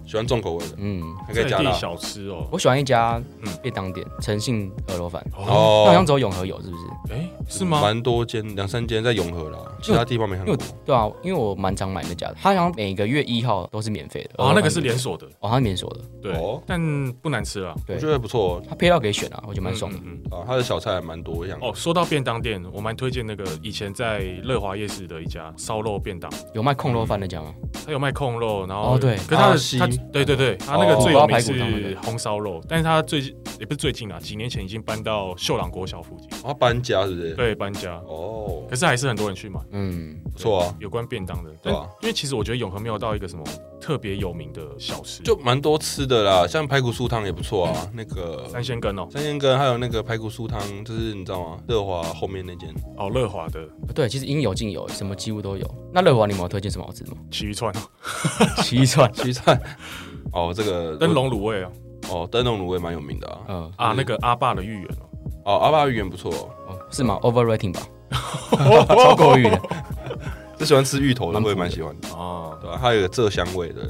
Speaker 1: 喜欢重口味的，
Speaker 3: 嗯，
Speaker 1: 还可以
Speaker 2: 在
Speaker 1: 加
Speaker 2: 地
Speaker 1: 辣。
Speaker 2: 小吃哦。
Speaker 3: 我喜欢一家
Speaker 2: 嗯
Speaker 3: 便当店，诚信鹅肉饭，
Speaker 2: 哦，
Speaker 3: 那好像
Speaker 1: 哦，
Speaker 3: 只有永和有，是不是？
Speaker 2: 哎，是吗？
Speaker 1: 蛮多间，两三间在永和啦，其他地方没看
Speaker 3: 因为
Speaker 1: 过
Speaker 3: 我。对啊，因为我蛮常买那家的，它好像每个月一号都是免费的。
Speaker 2: 哦，那个是
Speaker 3: 免
Speaker 2: 连锁的，
Speaker 3: 哦，它是免锁的，
Speaker 2: 对
Speaker 1: 哦，
Speaker 2: 但不难吃啊。
Speaker 1: 我
Speaker 3: 对
Speaker 1: 觉，得不错
Speaker 3: 它配料可以选啊，我觉得蛮爽的
Speaker 2: 嗯。嗯嗯
Speaker 1: 哦啊，它的小菜还蛮多样的。
Speaker 2: 哦，说到便当店，我蛮推荐那个以前在乐华夜市的一家烧肉便当，
Speaker 3: 有卖控肉饭的家吗？
Speaker 2: 它有卖控肉，然后
Speaker 3: 哦对
Speaker 2: 可是它
Speaker 1: 阿
Speaker 2: 的
Speaker 1: 西
Speaker 2: 它对对对，它那个
Speaker 1: 哦
Speaker 2: 最有
Speaker 3: 五花
Speaker 2: 名
Speaker 3: 排骨汤那
Speaker 2: 是
Speaker 3: 个
Speaker 2: 红烧肉，但是它最近也不是最近啦，几年前已经搬到秀朗国小附近，
Speaker 1: 它搬家是不是？
Speaker 2: 对，搬家，
Speaker 1: 哦，
Speaker 2: 可是还是很多人去买。
Speaker 3: 嗯，
Speaker 1: 不错啊，
Speaker 2: 有关便当的，
Speaker 1: 对
Speaker 2: 但
Speaker 1: 啊
Speaker 2: 因为其实我觉得永和没有到一个什么特别有名的小吃，
Speaker 1: 就蛮多吃的啦，像排骨酥汤也不错啊，那个
Speaker 2: 三鲜羹哦，
Speaker 1: 三鲜羹还有那个排骨酥汤，就是你知道吗？乐华后面那间
Speaker 2: 哦乐华的
Speaker 3: 对，其实应有尽有，什么几乎都有。那乐华你们有推荐什么好吃的 吗？
Speaker 2: 奇鱼串哦，
Speaker 3: 七串，
Speaker 1: 西菜， 哦，这个
Speaker 2: 灯笼卤味哦，
Speaker 1: 哦，灯笼卤味蛮有名的啊，
Speaker 3: 嗯，
Speaker 2: 啊那个阿爸的芋圆哦，
Speaker 1: 哦，阿爸芋圆不错，
Speaker 3: 哦是吗 ？Overrating 吧，超过誉的。
Speaker 1: 就喜欢吃芋头的我也蛮喜欢的，
Speaker 2: 哦，
Speaker 1: 对吧、还有一个浙香味的，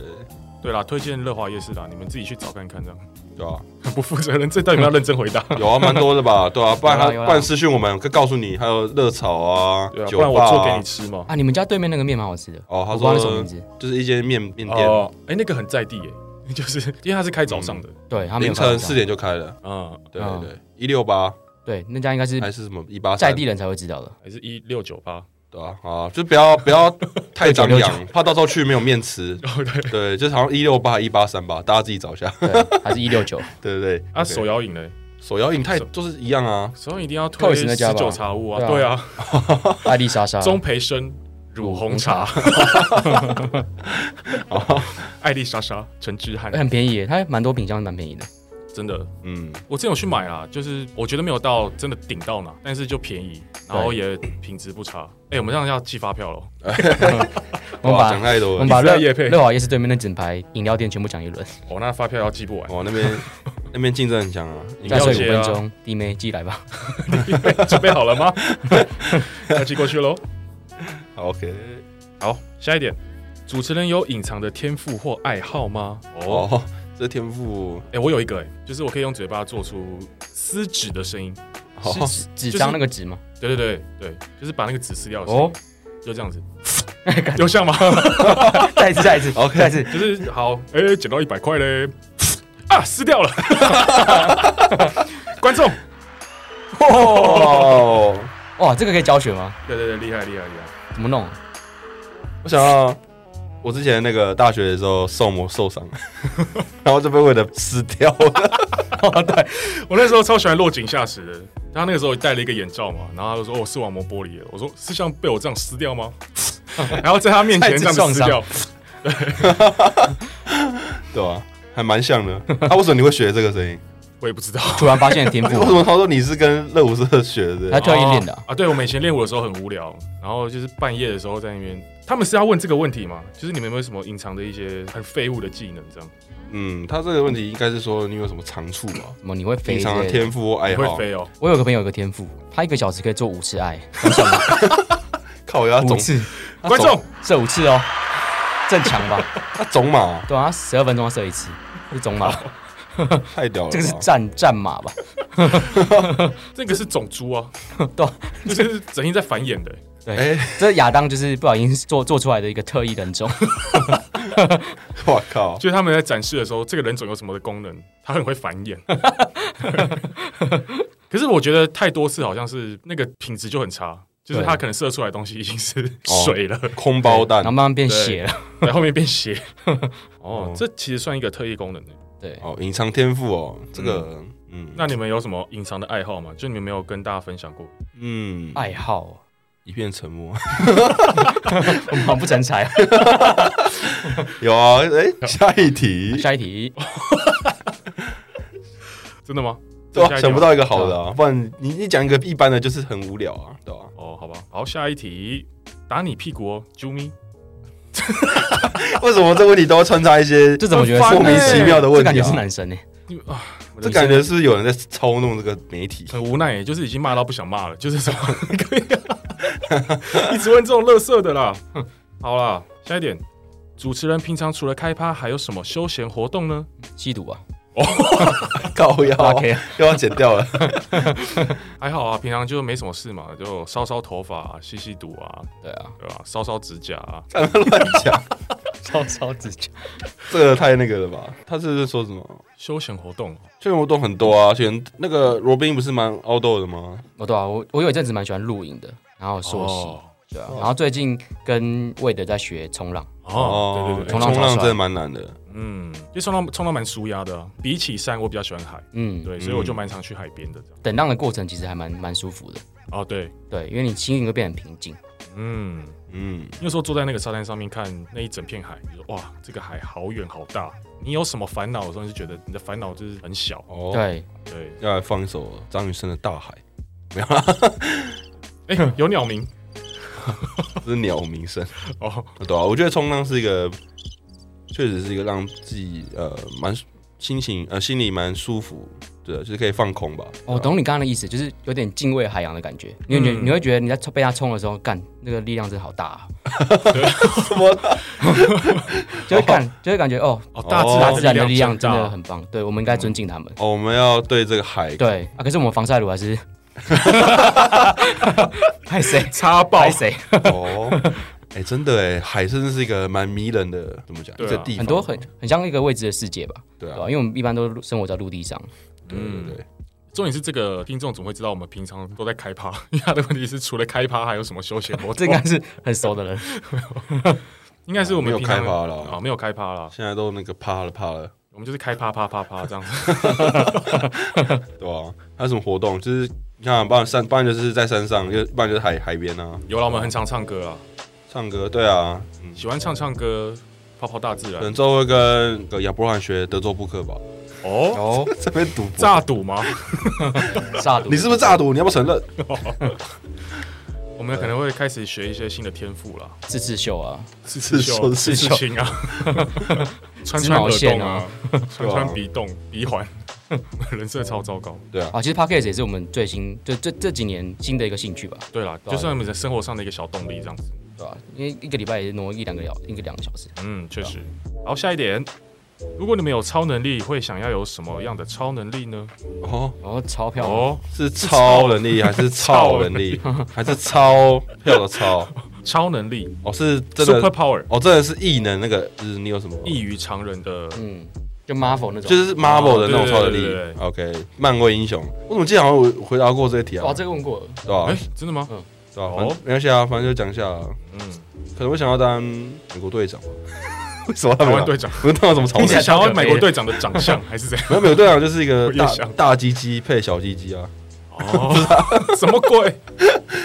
Speaker 2: 对啦，推荐乐华夜市啦，你们自己去找看看，这样
Speaker 1: 对吧、
Speaker 2: 很 不负责任，这代表要认真回 答。
Speaker 1: 有啊，蛮多的吧，对啊，不然他
Speaker 3: 有啊有啊
Speaker 1: 不然私讯我们，可以告诉你还有热炒啊，
Speaker 2: 对啊，
Speaker 1: 酒
Speaker 2: 不
Speaker 1: 吧啊
Speaker 2: 然我做给你吃嘛。
Speaker 3: 啊，你们家对面那个面蛮好吃的，
Speaker 1: 哦，他
Speaker 3: 我不知道那什么
Speaker 1: 说
Speaker 3: 名字。
Speaker 1: 就是一间面面店，
Speaker 2: 哦，哎，那个很在地耶， 就是因为它是开早上的，
Speaker 3: 对，他们
Speaker 1: 凌
Speaker 3: 有
Speaker 1: 晨
Speaker 3: 放
Speaker 1: 四
Speaker 3: 这样，
Speaker 1: 点就开了，
Speaker 2: 嗯，
Speaker 1: 对
Speaker 3: 嗯
Speaker 1: 对对，一六八
Speaker 3: 对，那家应该是
Speaker 1: 还是什么一八啊
Speaker 3: 在地人才会知道的。
Speaker 2: 还是一六九八，
Speaker 1: 对啊，啊，就不 要不要太张扬，怕到时候去没有面吃。
Speaker 2: 哦对，
Speaker 1: 对，就是好像一六八、一八三吧，大家自己找一下，
Speaker 3: 对，还是一六九，
Speaker 1: 对对对。
Speaker 2: 啊
Speaker 1: OK
Speaker 2: 手摇饮嘞，
Speaker 1: 手摇饮太
Speaker 2: 手
Speaker 1: 就是一样啊，
Speaker 2: 手摇饮一定要
Speaker 3: Coles
Speaker 2: 推
Speaker 3: 那
Speaker 2: 十
Speaker 3: 家吧
Speaker 2: 九茶屋啊，
Speaker 3: 对
Speaker 2: 对
Speaker 3: 啊
Speaker 2: 啊，
Speaker 3: 艾丽莎莎，
Speaker 2: 中培生乳红 茶，艾丽莎莎、陈之汉
Speaker 3: 欸，很便宜耶，它蛮多品相，蛮便宜的。
Speaker 2: 真的，
Speaker 1: 嗯，
Speaker 2: 我之前有去买啦，就是我觉得没有到真的顶到哪，但是就便宜，然后也品质不差。哎，我们这样要寄发票了，
Speaker 3: 我们
Speaker 1: 哇，讲
Speaker 3: 把
Speaker 1: 太
Speaker 3: 我
Speaker 1: 多了。
Speaker 3: 们把
Speaker 2: 一直在
Speaker 3: 乐
Speaker 2: 业配
Speaker 3: 乐华夜市对面那整排饮料店全部讲一轮，
Speaker 2: 哦，那发票要寄不完，
Speaker 1: 哇，那 边那边竞争很强啊，饮
Speaker 3: 再
Speaker 1: 料
Speaker 3: 睡
Speaker 2: 街
Speaker 3: 五
Speaker 2: 啊
Speaker 3: 分钟，弟妹寄 来吧。
Speaker 2: 准备好了吗？要寄过去喽。
Speaker 1: 好哦 OK
Speaker 2: 好，下一点，主持人有隐藏的天赋或爱好吗？哦，
Speaker 1: 哦，这天赋
Speaker 2: 哎、我有一个、哎，就是我可以用嘴巴做出撕纸的声音。
Speaker 1: 哦
Speaker 3: 纸纸张那个纸吗？
Speaker 2: 对对对对，就是把那个纸撕掉的声音，
Speaker 3: 哦，
Speaker 2: 就这样 子，有 像吗？
Speaker 3: 再一次，再一次
Speaker 1: OK
Speaker 3: 再一次。
Speaker 2: 就是好，哎、捡到一百块嘞，啊，撕掉 了。观众，
Speaker 1: 哦，
Speaker 3: 哇，这个可以教学吗？
Speaker 2: 对对对，厉害厉害厉害。
Speaker 3: 怎么弄？
Speaker 1: 我想到我之前那个大学的时候受魔受 伤，然后就被我的死掉了。
Speaker 2: 我那时候超喜欢落井下石的。他那个时候戴了一个眼罩嘛，然后他就说：“哦，视网膜玻璃了。”我说：“是像被我这样撕掉吗？”然后在他面前这样子撕掉，
Speaker 1: 对啊，还蛮像的。啊，为什么你会学这个声音？
Speaker 2: 我也不知道。
Speaker 3: 突然发现 天
Speaker 1: 为什
Speaker 3: 赋，
Speaker 1: 么他说你是跟乐舞社学的？
Speaker 3: 他特意练的
Speaker 2: 哦
Speaker 3: 啊。
Speaker 2: 啊。对，我们以前练舞的时候很无聊，然后就是半夜的时候在那边，他们是要问这个问题吗？就是你们有没有什么隐藏的一些很废物的技能这样？
Speaker 1: 嗯，他这个问题应该是说你有什么长处吧？
Speaker 3: 什么你会飞
Speaker 1: 平
Speaker 3: 之
Speaker 1: 常的
Speaker 3: 类的？
Speaker 1: 天赋或爱
Speaker 2: 你会
Speaker 1: 好。
Speaker 2: 飞哦，
Speaker 3: 我有个朋友有个天赋，他一个小时可以做五次爱，
Speaker 1: 靠，要
Speaker 3: 五
Speaker 1: 啊总
Speaker 3: 次
Speaker 1: 他
Speaker 2: 观众
Speaker 1: 总
Speaker 3: 射五次哦，正强吧？
Speaker 1: 他总码
Speaker 3: 对啊，十二分钟要射一次，是种马，
Speaker 1: 哦太屌了吧，
Speaker 3: 这个是战战马吧？
Speaker 2: 这个是种猪啊，
Speaker 3: 对啊，
Speaker 2: 这个是整天在繁衍的。
Speaker 1: 哎，
Speaker 3: 这亚当就是不小心做做出来的一个特异人种，
Speaker 1: 我靠，
Speaker 2: 就是他们在展示的时候，这个人种有什么的功能，他很会繁衍。 可是我觉得太多次好像是那个品质就很差，就是
Speaker 3: 对
Speaker 2: 他可能射出来的东西已经是水 了，
Speaker 1: 空包
Speaker 3: 然
Speaker 1: 蛋
Speaker 3: 后慢慢变血了。
Speaker 2: 然后后面 变血。哦，这其实算一个特异功能的。
Speaker 3: 对，
Speaker 1: 哦，隐藏天赋哦，这个嗯
Speaker 2: 那你们有什么隐藏的爱好吗？就你们没有跟大家分享过？
Speaker 1: 嗯，
Speaker 3: 爱好哦，
Speaker 1: 一片沉默。
Speaker 3: 我们很不啊成才。
Speaker 1: 有啊， 哎，下一题，
Speaker 3: 下一题，
Speaker 2: 真的吗？
Speaker 1: 对
Speaker 2: 下
Speaker 1: 啊，
Speaker 2: 一题
Speaker 1: 想不
Speaker 2: 吗
Speaker 1: 到一个好的啊，不然你你讲一个一般的，就是很无聊啊，对吧？
Speaker 2: 哦，好吧，好，下一题，打你屁股哦，啾咪。
Speaker 1: 为什么这问题都要穿插一 些
Speaker 3: 这怎么觉得
Speaker 2: 好
Speaker 3: 是
Speaker 1: 莫
Speaker 2: 烦
Speaker 1: 名其妙的
Speaker 3: 这
Speaker 1: 问
Speaker 3: 感
Speaker 1: 题
Speaker 3: 觉是
Speaker 1: 啊？
Speaker 3: 男生呢？欸
Speaker 2: 你啊，我
Speaker 1: 这
Speaker 2: 的人
Speaker 1: 感
Speaker 2: 生
Speaker 1: 觉是有人在操弄这个媒体，
Speaker 2: 很无奈耶，就是已经骂到不想骂了，就是什么可以、啊， 一直问这种乐色的啦。哼好啦，下一点，主持人平常除了开趴，还有什么休闲活动呢？
Speaker 3: 吸毒啊，
Speaker 1: 高腰
Speaker 3: 拉 K 啊，
Speaker 1: 又要剪掉 了。
Speaker 2: 还好啊，平常就没什么事嘛，就烧烧头发、啊、吸吸毒啊，
Speaker 3: 对啊，
Speaker 2: 对吧、烧烧指甲啊，
Speaker 1: 干嘛乱讲，
Speaker 3: 超超直接。
Speaker 1: 这个太那个了吧？他是说什么？
Speaker 2: 休闲活动哦
Speaker 1: 休闲活动很多啊，选那个罗宾不是蛮 outdoor 的吗？
Speaker 3: 哦，对啊，我我有一阵子蛮喜欢露营的，然后溯溪，
Speaker 2: 哦
Speaker 3: 对啊，然后最近跟魏德在学冲浪，
Speaker 2: 哦，对对
Speaker 1: 冲
Speaker 2: 对，
Speaker 3: 浪超帅
Speaker 1: 真的蛮难的。
Speaker 2: 嗯，因为冲浪冲浪蛮舒压的、啊，比起山我比较喜欢海，
Speaker 3: 嗯，
Speaker 2: 对，所以我就蛮常去海边的这样。
Speaker 3: 等浪的过程其实还蛮蛮舒服的，
Speaker 2: 哦，对，
Speaker 3: 对，因为你心情会变得很平静，
Speaker 2: 嗯，
Speaker 1: 嗯，
Speaker 2: 那时候坐在那个沙滩上面看那一整片海，就说哇，这个海好远好大。你有什么烦恼的时候，你就觉得你的烦恼就是很小。
Speaker 1: 哦，，
Speaker 3: 对，
Speaker 2: 对，
Speaker 1: 要来放一首张雨生的《大海》，
Speaker 2: 哎、有鸟鸣
Speaker 1: 这是鸟鸣声。
Speaker 2: 哦，
Speaker 1: 对啊，我觉得冲浪是一个，确实是一个让自己呃蛮心情呃心里蛮舒服，对啊，就是可以放空吧。
Speaker 3: 我哦懂你刚刚的意思，就是有点敬畏海洋的感觉。你会觉得、
Speaker 2: 嗯
Speaker 3: 你会觉得你在冲被它冲的时候，干那个力量真的好大、啊，
Speaker 1: 什么？
Speaker 3: 就会感就会感觉哦，
Speaker 2: 哦，大
Speaker 1: 哦
Speaker 3: 大
Speaker 2: 自
Speaker 3: 自
Speaker 2: 然的
Speaker 3: 然的
Speaker 2: 力
Speaker 3: 力
Speaker 2: 量
Speaker 3: 量真的
Speaker 2: 大。
Speaker 3: 很棒。对，我们应该尊敬他们。
Speaker 1: 哦，我们要对这个海，
Speaker 3: 对啊，可是我们防晒乳还是害谁
Speaker 2: 插爆
Speaker 3: 害谁，
Speaker 1: 哦，哎、真的哎，海真的是一个蛮迷人的，怎么讲？
Speaker 2: 对啊
Speaker 1: 一个地方
Speaker 3: 很多很很像一个未知的世界吧，
Speaker 1: 对
Speaker 3: 对
Speaker 1: 啊
Speaker 3: 吧、，因为我们一般都生活在陆地上，
Speaker 1: 对对对，
Speaker 2: 哎重点是这个听众总会知道我们平常都在开趴， 因为他的问题是除了开趴还有什么休闲活
Speaker 3: 这
Speaker 2: 动
Speaker 3: 应？该是很熟的人。
Speaker 2: 应该是我们平常
Speaker 1: 哦没有开趴了
Speaker 2: 啊，没有开趴了，
Speaker 1: 现在都那个趴了趴了，
Speaker 2: 我们就是开趴趴趴趴这样 子。
Speaker 1: 对啊，还有什么活动？就是你看啊，不然山，不然就是在山上，就不然就是海海边啊，
Speaker 2: 有啦，我们很常唱歌啊，
Speaker 1: 唱歌，对啊，嗯。
Speaker 2: 喜欢唱唱歌，泡泡大自然
Speaker 1: 本。周会跟跟亚伯翰学德州扑克吧，
Speaker 2: 哦，
Speaker 3: 哦，
Speaker 1: 这边赌博
Speaker 2: 炸赌吗？
Speaker 3: 炸毒，
Speaker 1: 你是不是诈赌？你要不要承认？
Speaker 2: 我们可能会开始学一些新的天赋啦。
Speaker 3: 自制秀啊？
Speaker 2: 刺刺
Speaker 1: 刺
Speaker 2: 绣、
Speaker 1: 刺
Speaker 2: 刺
Speaker 1: 绣
Speaker 2: 刺 青啊，穿穿耳洞啊，穿穿鼻洞、鼻环，人设超糟糕。
Speaker 1: 对啊，
Speaker 3: 啊，其实 podcast 也是我们最新就这这几年新的一个兴趣吧，
Speaker 2: 对啊啦，就算我们在生活上的一个小动力这样子。
Speaker 3: 对吧、因为一个礼拜也挪一两个小一个两个小时。
Speaker 2: 嗯，确实。好，下一点，如果你们有超能力，会想要有什么样的超能力呢？
Speaker 1: 哦，
Speaker 3: 哦，钞票
Speaker 2: 哦，
Speaker 1: 是超能力还是超能力，还是钞票的钞？
Speaker 2: 超能力
Speaker 1: 哦，是真
Speaker 2: ，super
Speaker 1: 的
Speaker 2: power，
Speaker 1: 哦，真的是异能那个，就是你有什么？
Speaker 2: 异于常人的。
Speaker 3: 嗯，就 Marvel 那种，
Speaker 1: 就是 Marvel 的那种超能
Speaker 2: 哦
Speaker 1: 力
Speaker 2: 对对对。
Speaker 1: OK，漫威英雄，我怎么记得好像我回答过这些题啊
Speaker 3: 哇，？这个问过了，
Speaker 1: 对啊吧
Speaker 2: 哎？，真的吗？
Speaker 1: 对吧？
Speaker 2: 哦
Speaker 1: 反正没关系啊，反正就讲一下啊。
Speaker 2: 嗯，
Speaker 1: 可能我想要当美国队长 吧。为什么他
Speaker 2: 台
Speaker 1: 没有
Speaker 2: 湾队？长，
Speaker 1: 不是当什么超
Speaker 2: 你
Speaker 1: 能力
Speaker 2: 是？想要美国队长的长 相还是怎样？
Speaker 1: 没有美国队长就是一个
Speaker 2: 我也
Speaker 1: 大
Speaker 2: 想
Speaker 1: 大鸡鸡配小鸡鸡啊，
Speaker 2: 哦，什么鬼？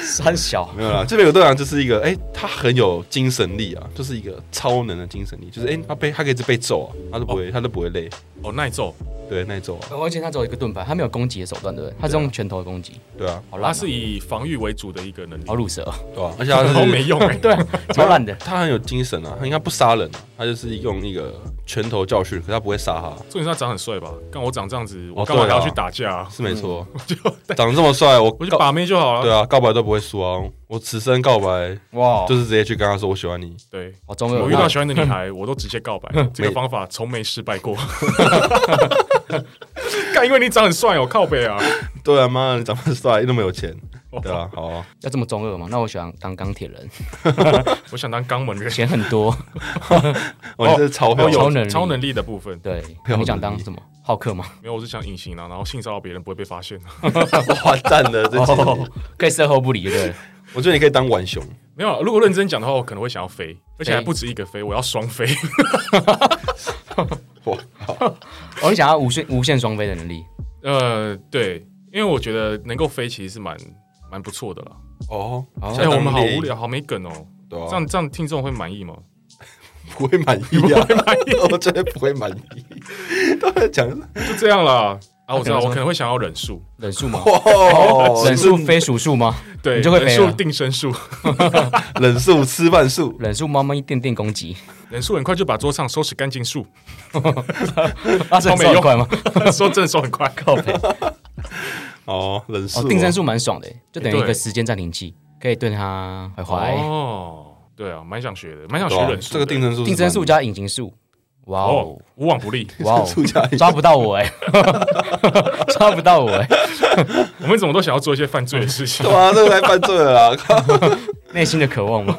Speaker 3: 三小
Speaker 1: 没有啦。这美国队长就是一个，哎，他很有精神力啊，就是一个超能的精神力，就是哎，他被他可以一直被揍啊，他都不会，他都不会累。
Speaker 2: 哦，耐揍，
Speaker 1: 对，那一周啊，
Speaker 3: 而且他只有一个盾牌，他没有攻击的手段，对不对？他是用拳头攻击，
Speaker 1: 对啊，
Speaker 3: 好烂、
Speaker 2: 他
Speaker 3: 啊，
Speaker 2: 是以防御为主的一个能力
Speaker 3: 好，乳蛇哦，
Speaker 1: 对啊，而且他
Speaker 2: 好
Speaker 1: 是
Speaker 2: 没用哎。对，
Speaker 3: 超烂的。
Speaker 1: 他很有精神啊，他应该不杀人啊，他就是用一个拳头教训，可他不会杀他，
Speaker 2: 重点是他长很帅吧？干我长这样子，我
Speaker 1: 哦
Speaker 2: 干嘛还要
Speaker 1: 对啊
Speaker 2: 去打架、啊？
Speaker 1: 是没错。
Speaker 2: 就
Speaker 1: 长得这么帅，我
Speaker 2: 我去
Speaker 1: 告
Speaker 2: 把妹就好了。
Speaker 1: 对啊，告白都不会输啊。我此生告白
Speaker 3: 哇，
Speaker 1: 就是直接去跟他说我喜欢你，
Speaker 2: 对，
Speaker 3: 好中
Speaker 2: 我
Speaker 3: 二
Speaker 2: 遇到
Speaker 3: 哦，
Speaker 2: 喜欢的女孩，我都直接 告白，这个方法从没失败过。 干，因为你长很帅哦，靠北啊！
Speaker 1: 对啊，妈，你长得帅又那么有钱，对啊，好啊，
Speaker 3: 要这么中二吗？那我想当钢铁人，
Speaker 2: 我想当肛 门人。
Speaker 3: 钱很多。
Speaker 1: 哦，你这是超
Speaker 2: 我
Speaker 1: 会
Speaker 3: 超
Speaker 2: 有
Speaker 3: 能力
Speaker 2: 超能力的部分，
Speaker 3: 对，
Speaker 1: 有
Speaker 3: 你想
Speaker 1: 能
Speaker 3: 当
Speaker 1: 力
Speaker 3: 什么浩克吗？
Speaker 2: 没有，我是想隐形啊，然后性骚扰别人不会被发现。啊
Speaker 1: 哇，赞的这集，
Speaker 3: 哦， 可以事后不理，对了，
Speaker 1: 我觉得你可以当浣熊，
Speaker 2: 没有，啊如果认真讲的话，我可能会想要飞，而且还不止一个飞，我要双飞。
Speaker 1: 哇，
Speaker 3: 哦，你想要无限无限双飞的能力，
Speaker 2: 呃，对，因为我觉得能够飞其实是蛮蛮不错的啦。
Speaker 1: 哦，
Speaker 3: 哦
Speaker 2: 哎，
Speaker 1: 想当
Speaker 2: 我们好
Speaker 1: 猎
Speaker 2: 无
Speaker 1: 鹰，
Speaker 2: 聊，好没梗哦。
Speaker 1: 对啊
Speaker 2: 这样这样听众会满意吗？
Speaker 1: 不会满意啊， 我觉得不会满意。都在讲
Speaker 2: 就 这样啦。啊，我知道，
Speaker 3: 那可能说
Speaker 2: 我可能会想要忍术，
Speaker 3: 忍术
Speaker 1: 哦
Speaker 3: 吗？
Speaker 1: 哇，
Speaker 3: 忍术非数术吗？
Speaker 2: 对，
Speaker 3: 你就会
Speaker 2: 忍
Speaker 3: 飞啊
Speaker 2: 术
Speaker 3: 了
Speaker 2: 定身术，
Speaker 1: 忍术、吃饭术，
Speaker 3: 忍术猫咪电电 攻击，
Speaker 2: 忍术很快就把桌上收拾干净术。
Speaker 3: 啊，这
Speaker 2: 超没
Speaker 3: 很
Speaker 2: 用
Speaker 3: 快吗？
Speaker 2: 说真的说很快，靠北。
Speaker 1: 哦，忍术、
Speaker 3: 哦，定身术蛮爽的，就等于一
Speaker 2: 对
Speaker 3: 个时间暂停器，可以对它怀怀。
Speaker 2: 哦，对啊，蛮想学的，蛮想
Speaker 1: 对
Speaker 2: 学
Speaker 1: 啊，
Speaker 2: 忍术
Speaker 1: 这
Speaker 2: 的。
Speaker 1: 个定身术，
Speaker 3: 定身术加隐形术，哇
Speaker 2: 哦
Speaker 3: 哦，，
Speaker 2: 无往不利。
Speaker 3: 哇哦
Speaker 1: 术加，
Speaker 3: 抓不到我哎， 抓不到我哎，
Speaker 2: 我们怎么都想要做一些犯罪的事 情
Speaker 1: 对。啊，这个太犯罪了啊！靠
Speaker 3: 内心的渴望吗？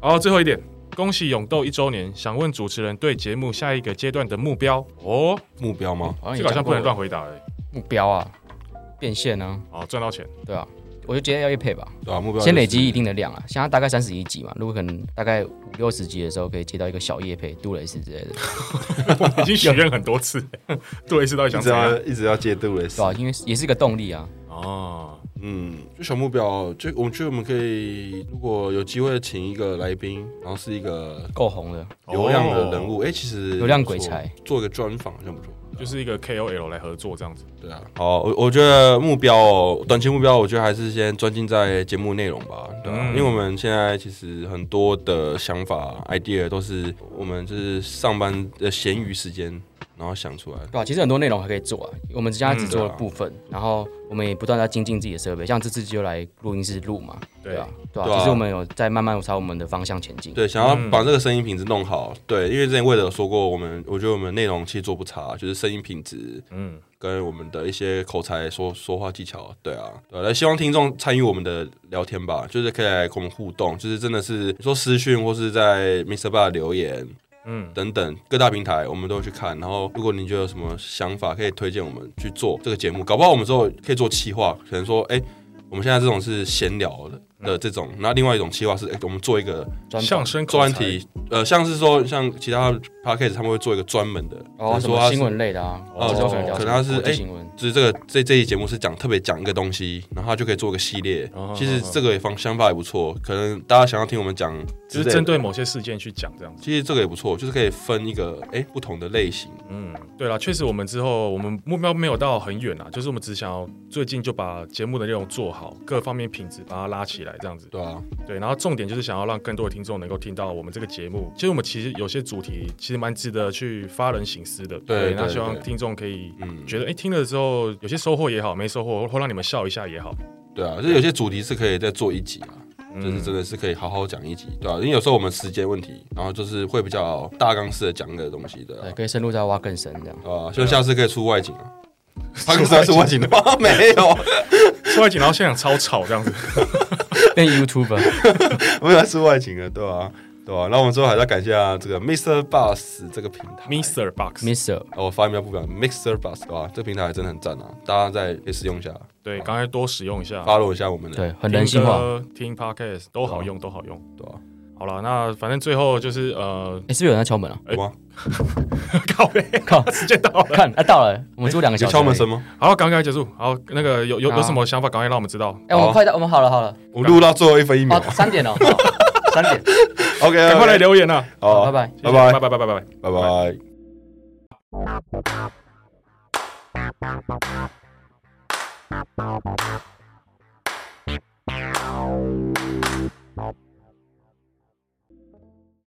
Speaker 2: 好，最后一点，恭喜勇斗一周年。想问主持人对节目下一个阶段的目标哦，
Speaker 1: 目标吗？
Speaker 2: 这个好像不能
Speaker 3: 讲
Speaker 2: 乱回答哎。
Speaker 3: 过目标啊，变现啊，
Speaker 2: 哦，赚到钱，
Speaker 3: 对啊，我就觉得要一配吧。
Speaker 1: 对啊，目标
Speaker 3: 先累积一定的量啊，现在大概三十一集嘛，如果可能大概五六十集的时候可以接到一个小夜配杜蕾斯之类的，
Speaker 2: 已经许愿很多次， 对，一次到底
Speaker 1: 一
Speaker 2: 想
Speaker 1: 直
Speaker 2: 怎
Speaker 1: 要
Speaker 2: 样？
Speaker 1: 一直要戒杜蕾
Speaker 3: 对
Speaker 1: 斯
Speaker 3: 吧、，因为也是一个动力啊，
Speaker 2: 哦，
Speaker 1: 嗯，就小目标，就我们觉得我们可以，如果有机会请一个来宾，然后是一个
Speaker 3: 够红了，
Speaker 1: 流量的人物，哎，其实
Speaker 3: 流量
Speaker 1: 不错
Speaker 3: 鬼才，
Speaker 1: 做一个专访好像不错。
Speaker 2: 就是一个 KOL 来合作这样子。
Speaker 1: 对啊，好，我我觉得目标哦，短期目标，我觉得还是先专心在节目内容吧，对啊，因
Speaker 2: 嗯
Speaker 1: 为我们现在其实很多的想法、idea 都是我们就是上班的闲余时间，然后想出来。
Speaker 3: 对吧、啊其实很多内容还可以做啊，我们现在只做了
Speaker 1: 嗯
Speaker 3: 部分，然后我们也不断地在精进自己的设备，像这次就来录音室录嘛，
Speaker 2: 对
Speaker 3: 对吧、对吧、
Speaker 1: 对啊
Speaker 3: 其实我们有在慢慢朝我们的方向前进，
Speaker 1: 对，想要把这个声音品质弄好。对，因为之前魏德有说过，我们我觉得我们内容其实做不差，就是声音品质
Speaker 2: 嗯，
Speaker 1: 跟我们的一些口才说说话技巧。对啊，对啊，那希望听众参与我们的聊天吧，就是可以来跟我们互动，就是真的是你说私讯或是在 Mr. Bar 留言，
Speaker 2: 嗯，
Speaker 1: 等等各大平台我们都会去看。然后如果你觉得有什么想法，可以推荐我们去做这个节目，搞不好我们之后可以做企划，可能说，哎、我们现在这种是闲聊的。的这种，那另外一种企划是，哎、我们做一个
Speaker 3: 专
Speaker 2: 相声口
Speaker 1: 专
Speaker 2: 才
Speaker 1: 题，呃，像是说，像其他 podcast 他们会做一个专门的，
Speaker 3: 哦
Speaker 1: 比
Speaker 3: 什
Speaker 1: 如说他
Speaker 3: 么
Speaker 1: 是
Speaker 3: 新闻类的啊，
Speaker 1: 哦
Speaker 3: 之后可能聊
Speaker 1: 可
Speaker 3: 什
Speaker 1: 能它
Speaker 3: 么
Speaker 1: 是
Speaker 3: 国际
Speaker 1: 哎
Speaker 3: 新闻，
Speaker 1: 就是这个这这一节目是讲特别讲一个东西，然后他就可以做个系列
Speaker 2: 哦。
Speaker 1: 其实这个也方想法也不错，可能大家想要听我们讲之
Speaker 2: 就
Speaker 1: 类
Speaker 2: 是
Speaker 1: 的，
Speaker 2: 针对某些事件去讲这样子。
Speaker 1: 其实这个也不错，就是可以分一个哎、不同的类型。
Speaker 2: 嗯，对了，确实我们之后我们目标没有到很远啊，就是我们只想要最近就把节目的内容做好，各方面品质把它拉起来这样子。
Speaker 1: 对啊，
Speaker 2: 对，然后重点就是想要让更多的听众能够听到我们这个节目。其实我们其实有些主题其实蛮值得去发人省思的。
Speaker 1: 对
Speaker 2: 那
Speaker 1: 对
Speaker 2: 希望
Speaker 1: 对
Speaker 2: 听众可以
Speaker 1: 嗯
Speaker 2: 觉得，哎、听了之后有些收获也好，没收获或让你们笑一下也好。
Speaker 1: 对啊，就是有些主题是可以再做一集啊，就是真的是可以好好讲一集，对啊，因为有时候我们时间问题，然后就是会比较大纲式的讲个东西的、
Speaker 3: 对，
Speaker 1: 啊，
Speaker 3: 可以深入再挖更深这样。
Speaker 1: 对啊，所以下次可以出外景啊。他可是要出外景的吗？ 没有，啊
Speaker 2: 出来景，然后现场超吵这 样子。
Speaker 3: 变 YouTuber，
Speaker 1: 没有出外景了，对啊？对啊？那我们最后还是要感谢啊这个 Mr. Bus 这个平台
Speaker 2: Mr. Box，
Speaker 3: Mr.
Speaker 1: 哦，我发音比较不标准，Mixer Bus 对吧？这个平台真的很赞啊，大家再可以使用一下，
Speaker 2: 对，刚才多使用一下，
Speaker 1: 发露一下我们的，
Speaker 3: 对，很人性化。
Speaker 2: 听歌、听 Podcast 都好用，都好用。
Speaker 1: 对啊吧？
Speaker 2: 好了，那反正最后就是呃，
Speaker 3: 哎，是不是有人在敲门啊？
Speaker 1: 有吗？
Speaker 2: 靠背，
Speaker 3: 靠，
Speaker 2: 时间到了。
Speaker 3: 看，啊到了，我们租两个小
Speaker 1: 有
Speaker 3: 时。
Speaker 1: 敲门声？吗？
Speaker 2: 好，赶快结束。好，那个有有有
Speaker 3: 好
Speaker 2: 什么想法，赶快让我们知道。
Speaker 3: 哎，我
Speaker 1: 哦
Speaker 3: 们快到，我们好了好了，
Speaker 1: 我录到最后一分一秒
Speaker 3: 哦，三点哦，好三点，
Speaker 1: ，OK，
Speaker 2: 赶快来，留言啊！
Speaker 1: 好，
Speaker 3: 拜，拜。
Speaker 1: 拜
Speaker 2: 拜
Speaker 1: 拜
Speaker 2: 拜，拜拜拜拜。
Speaker 1: 拜拜。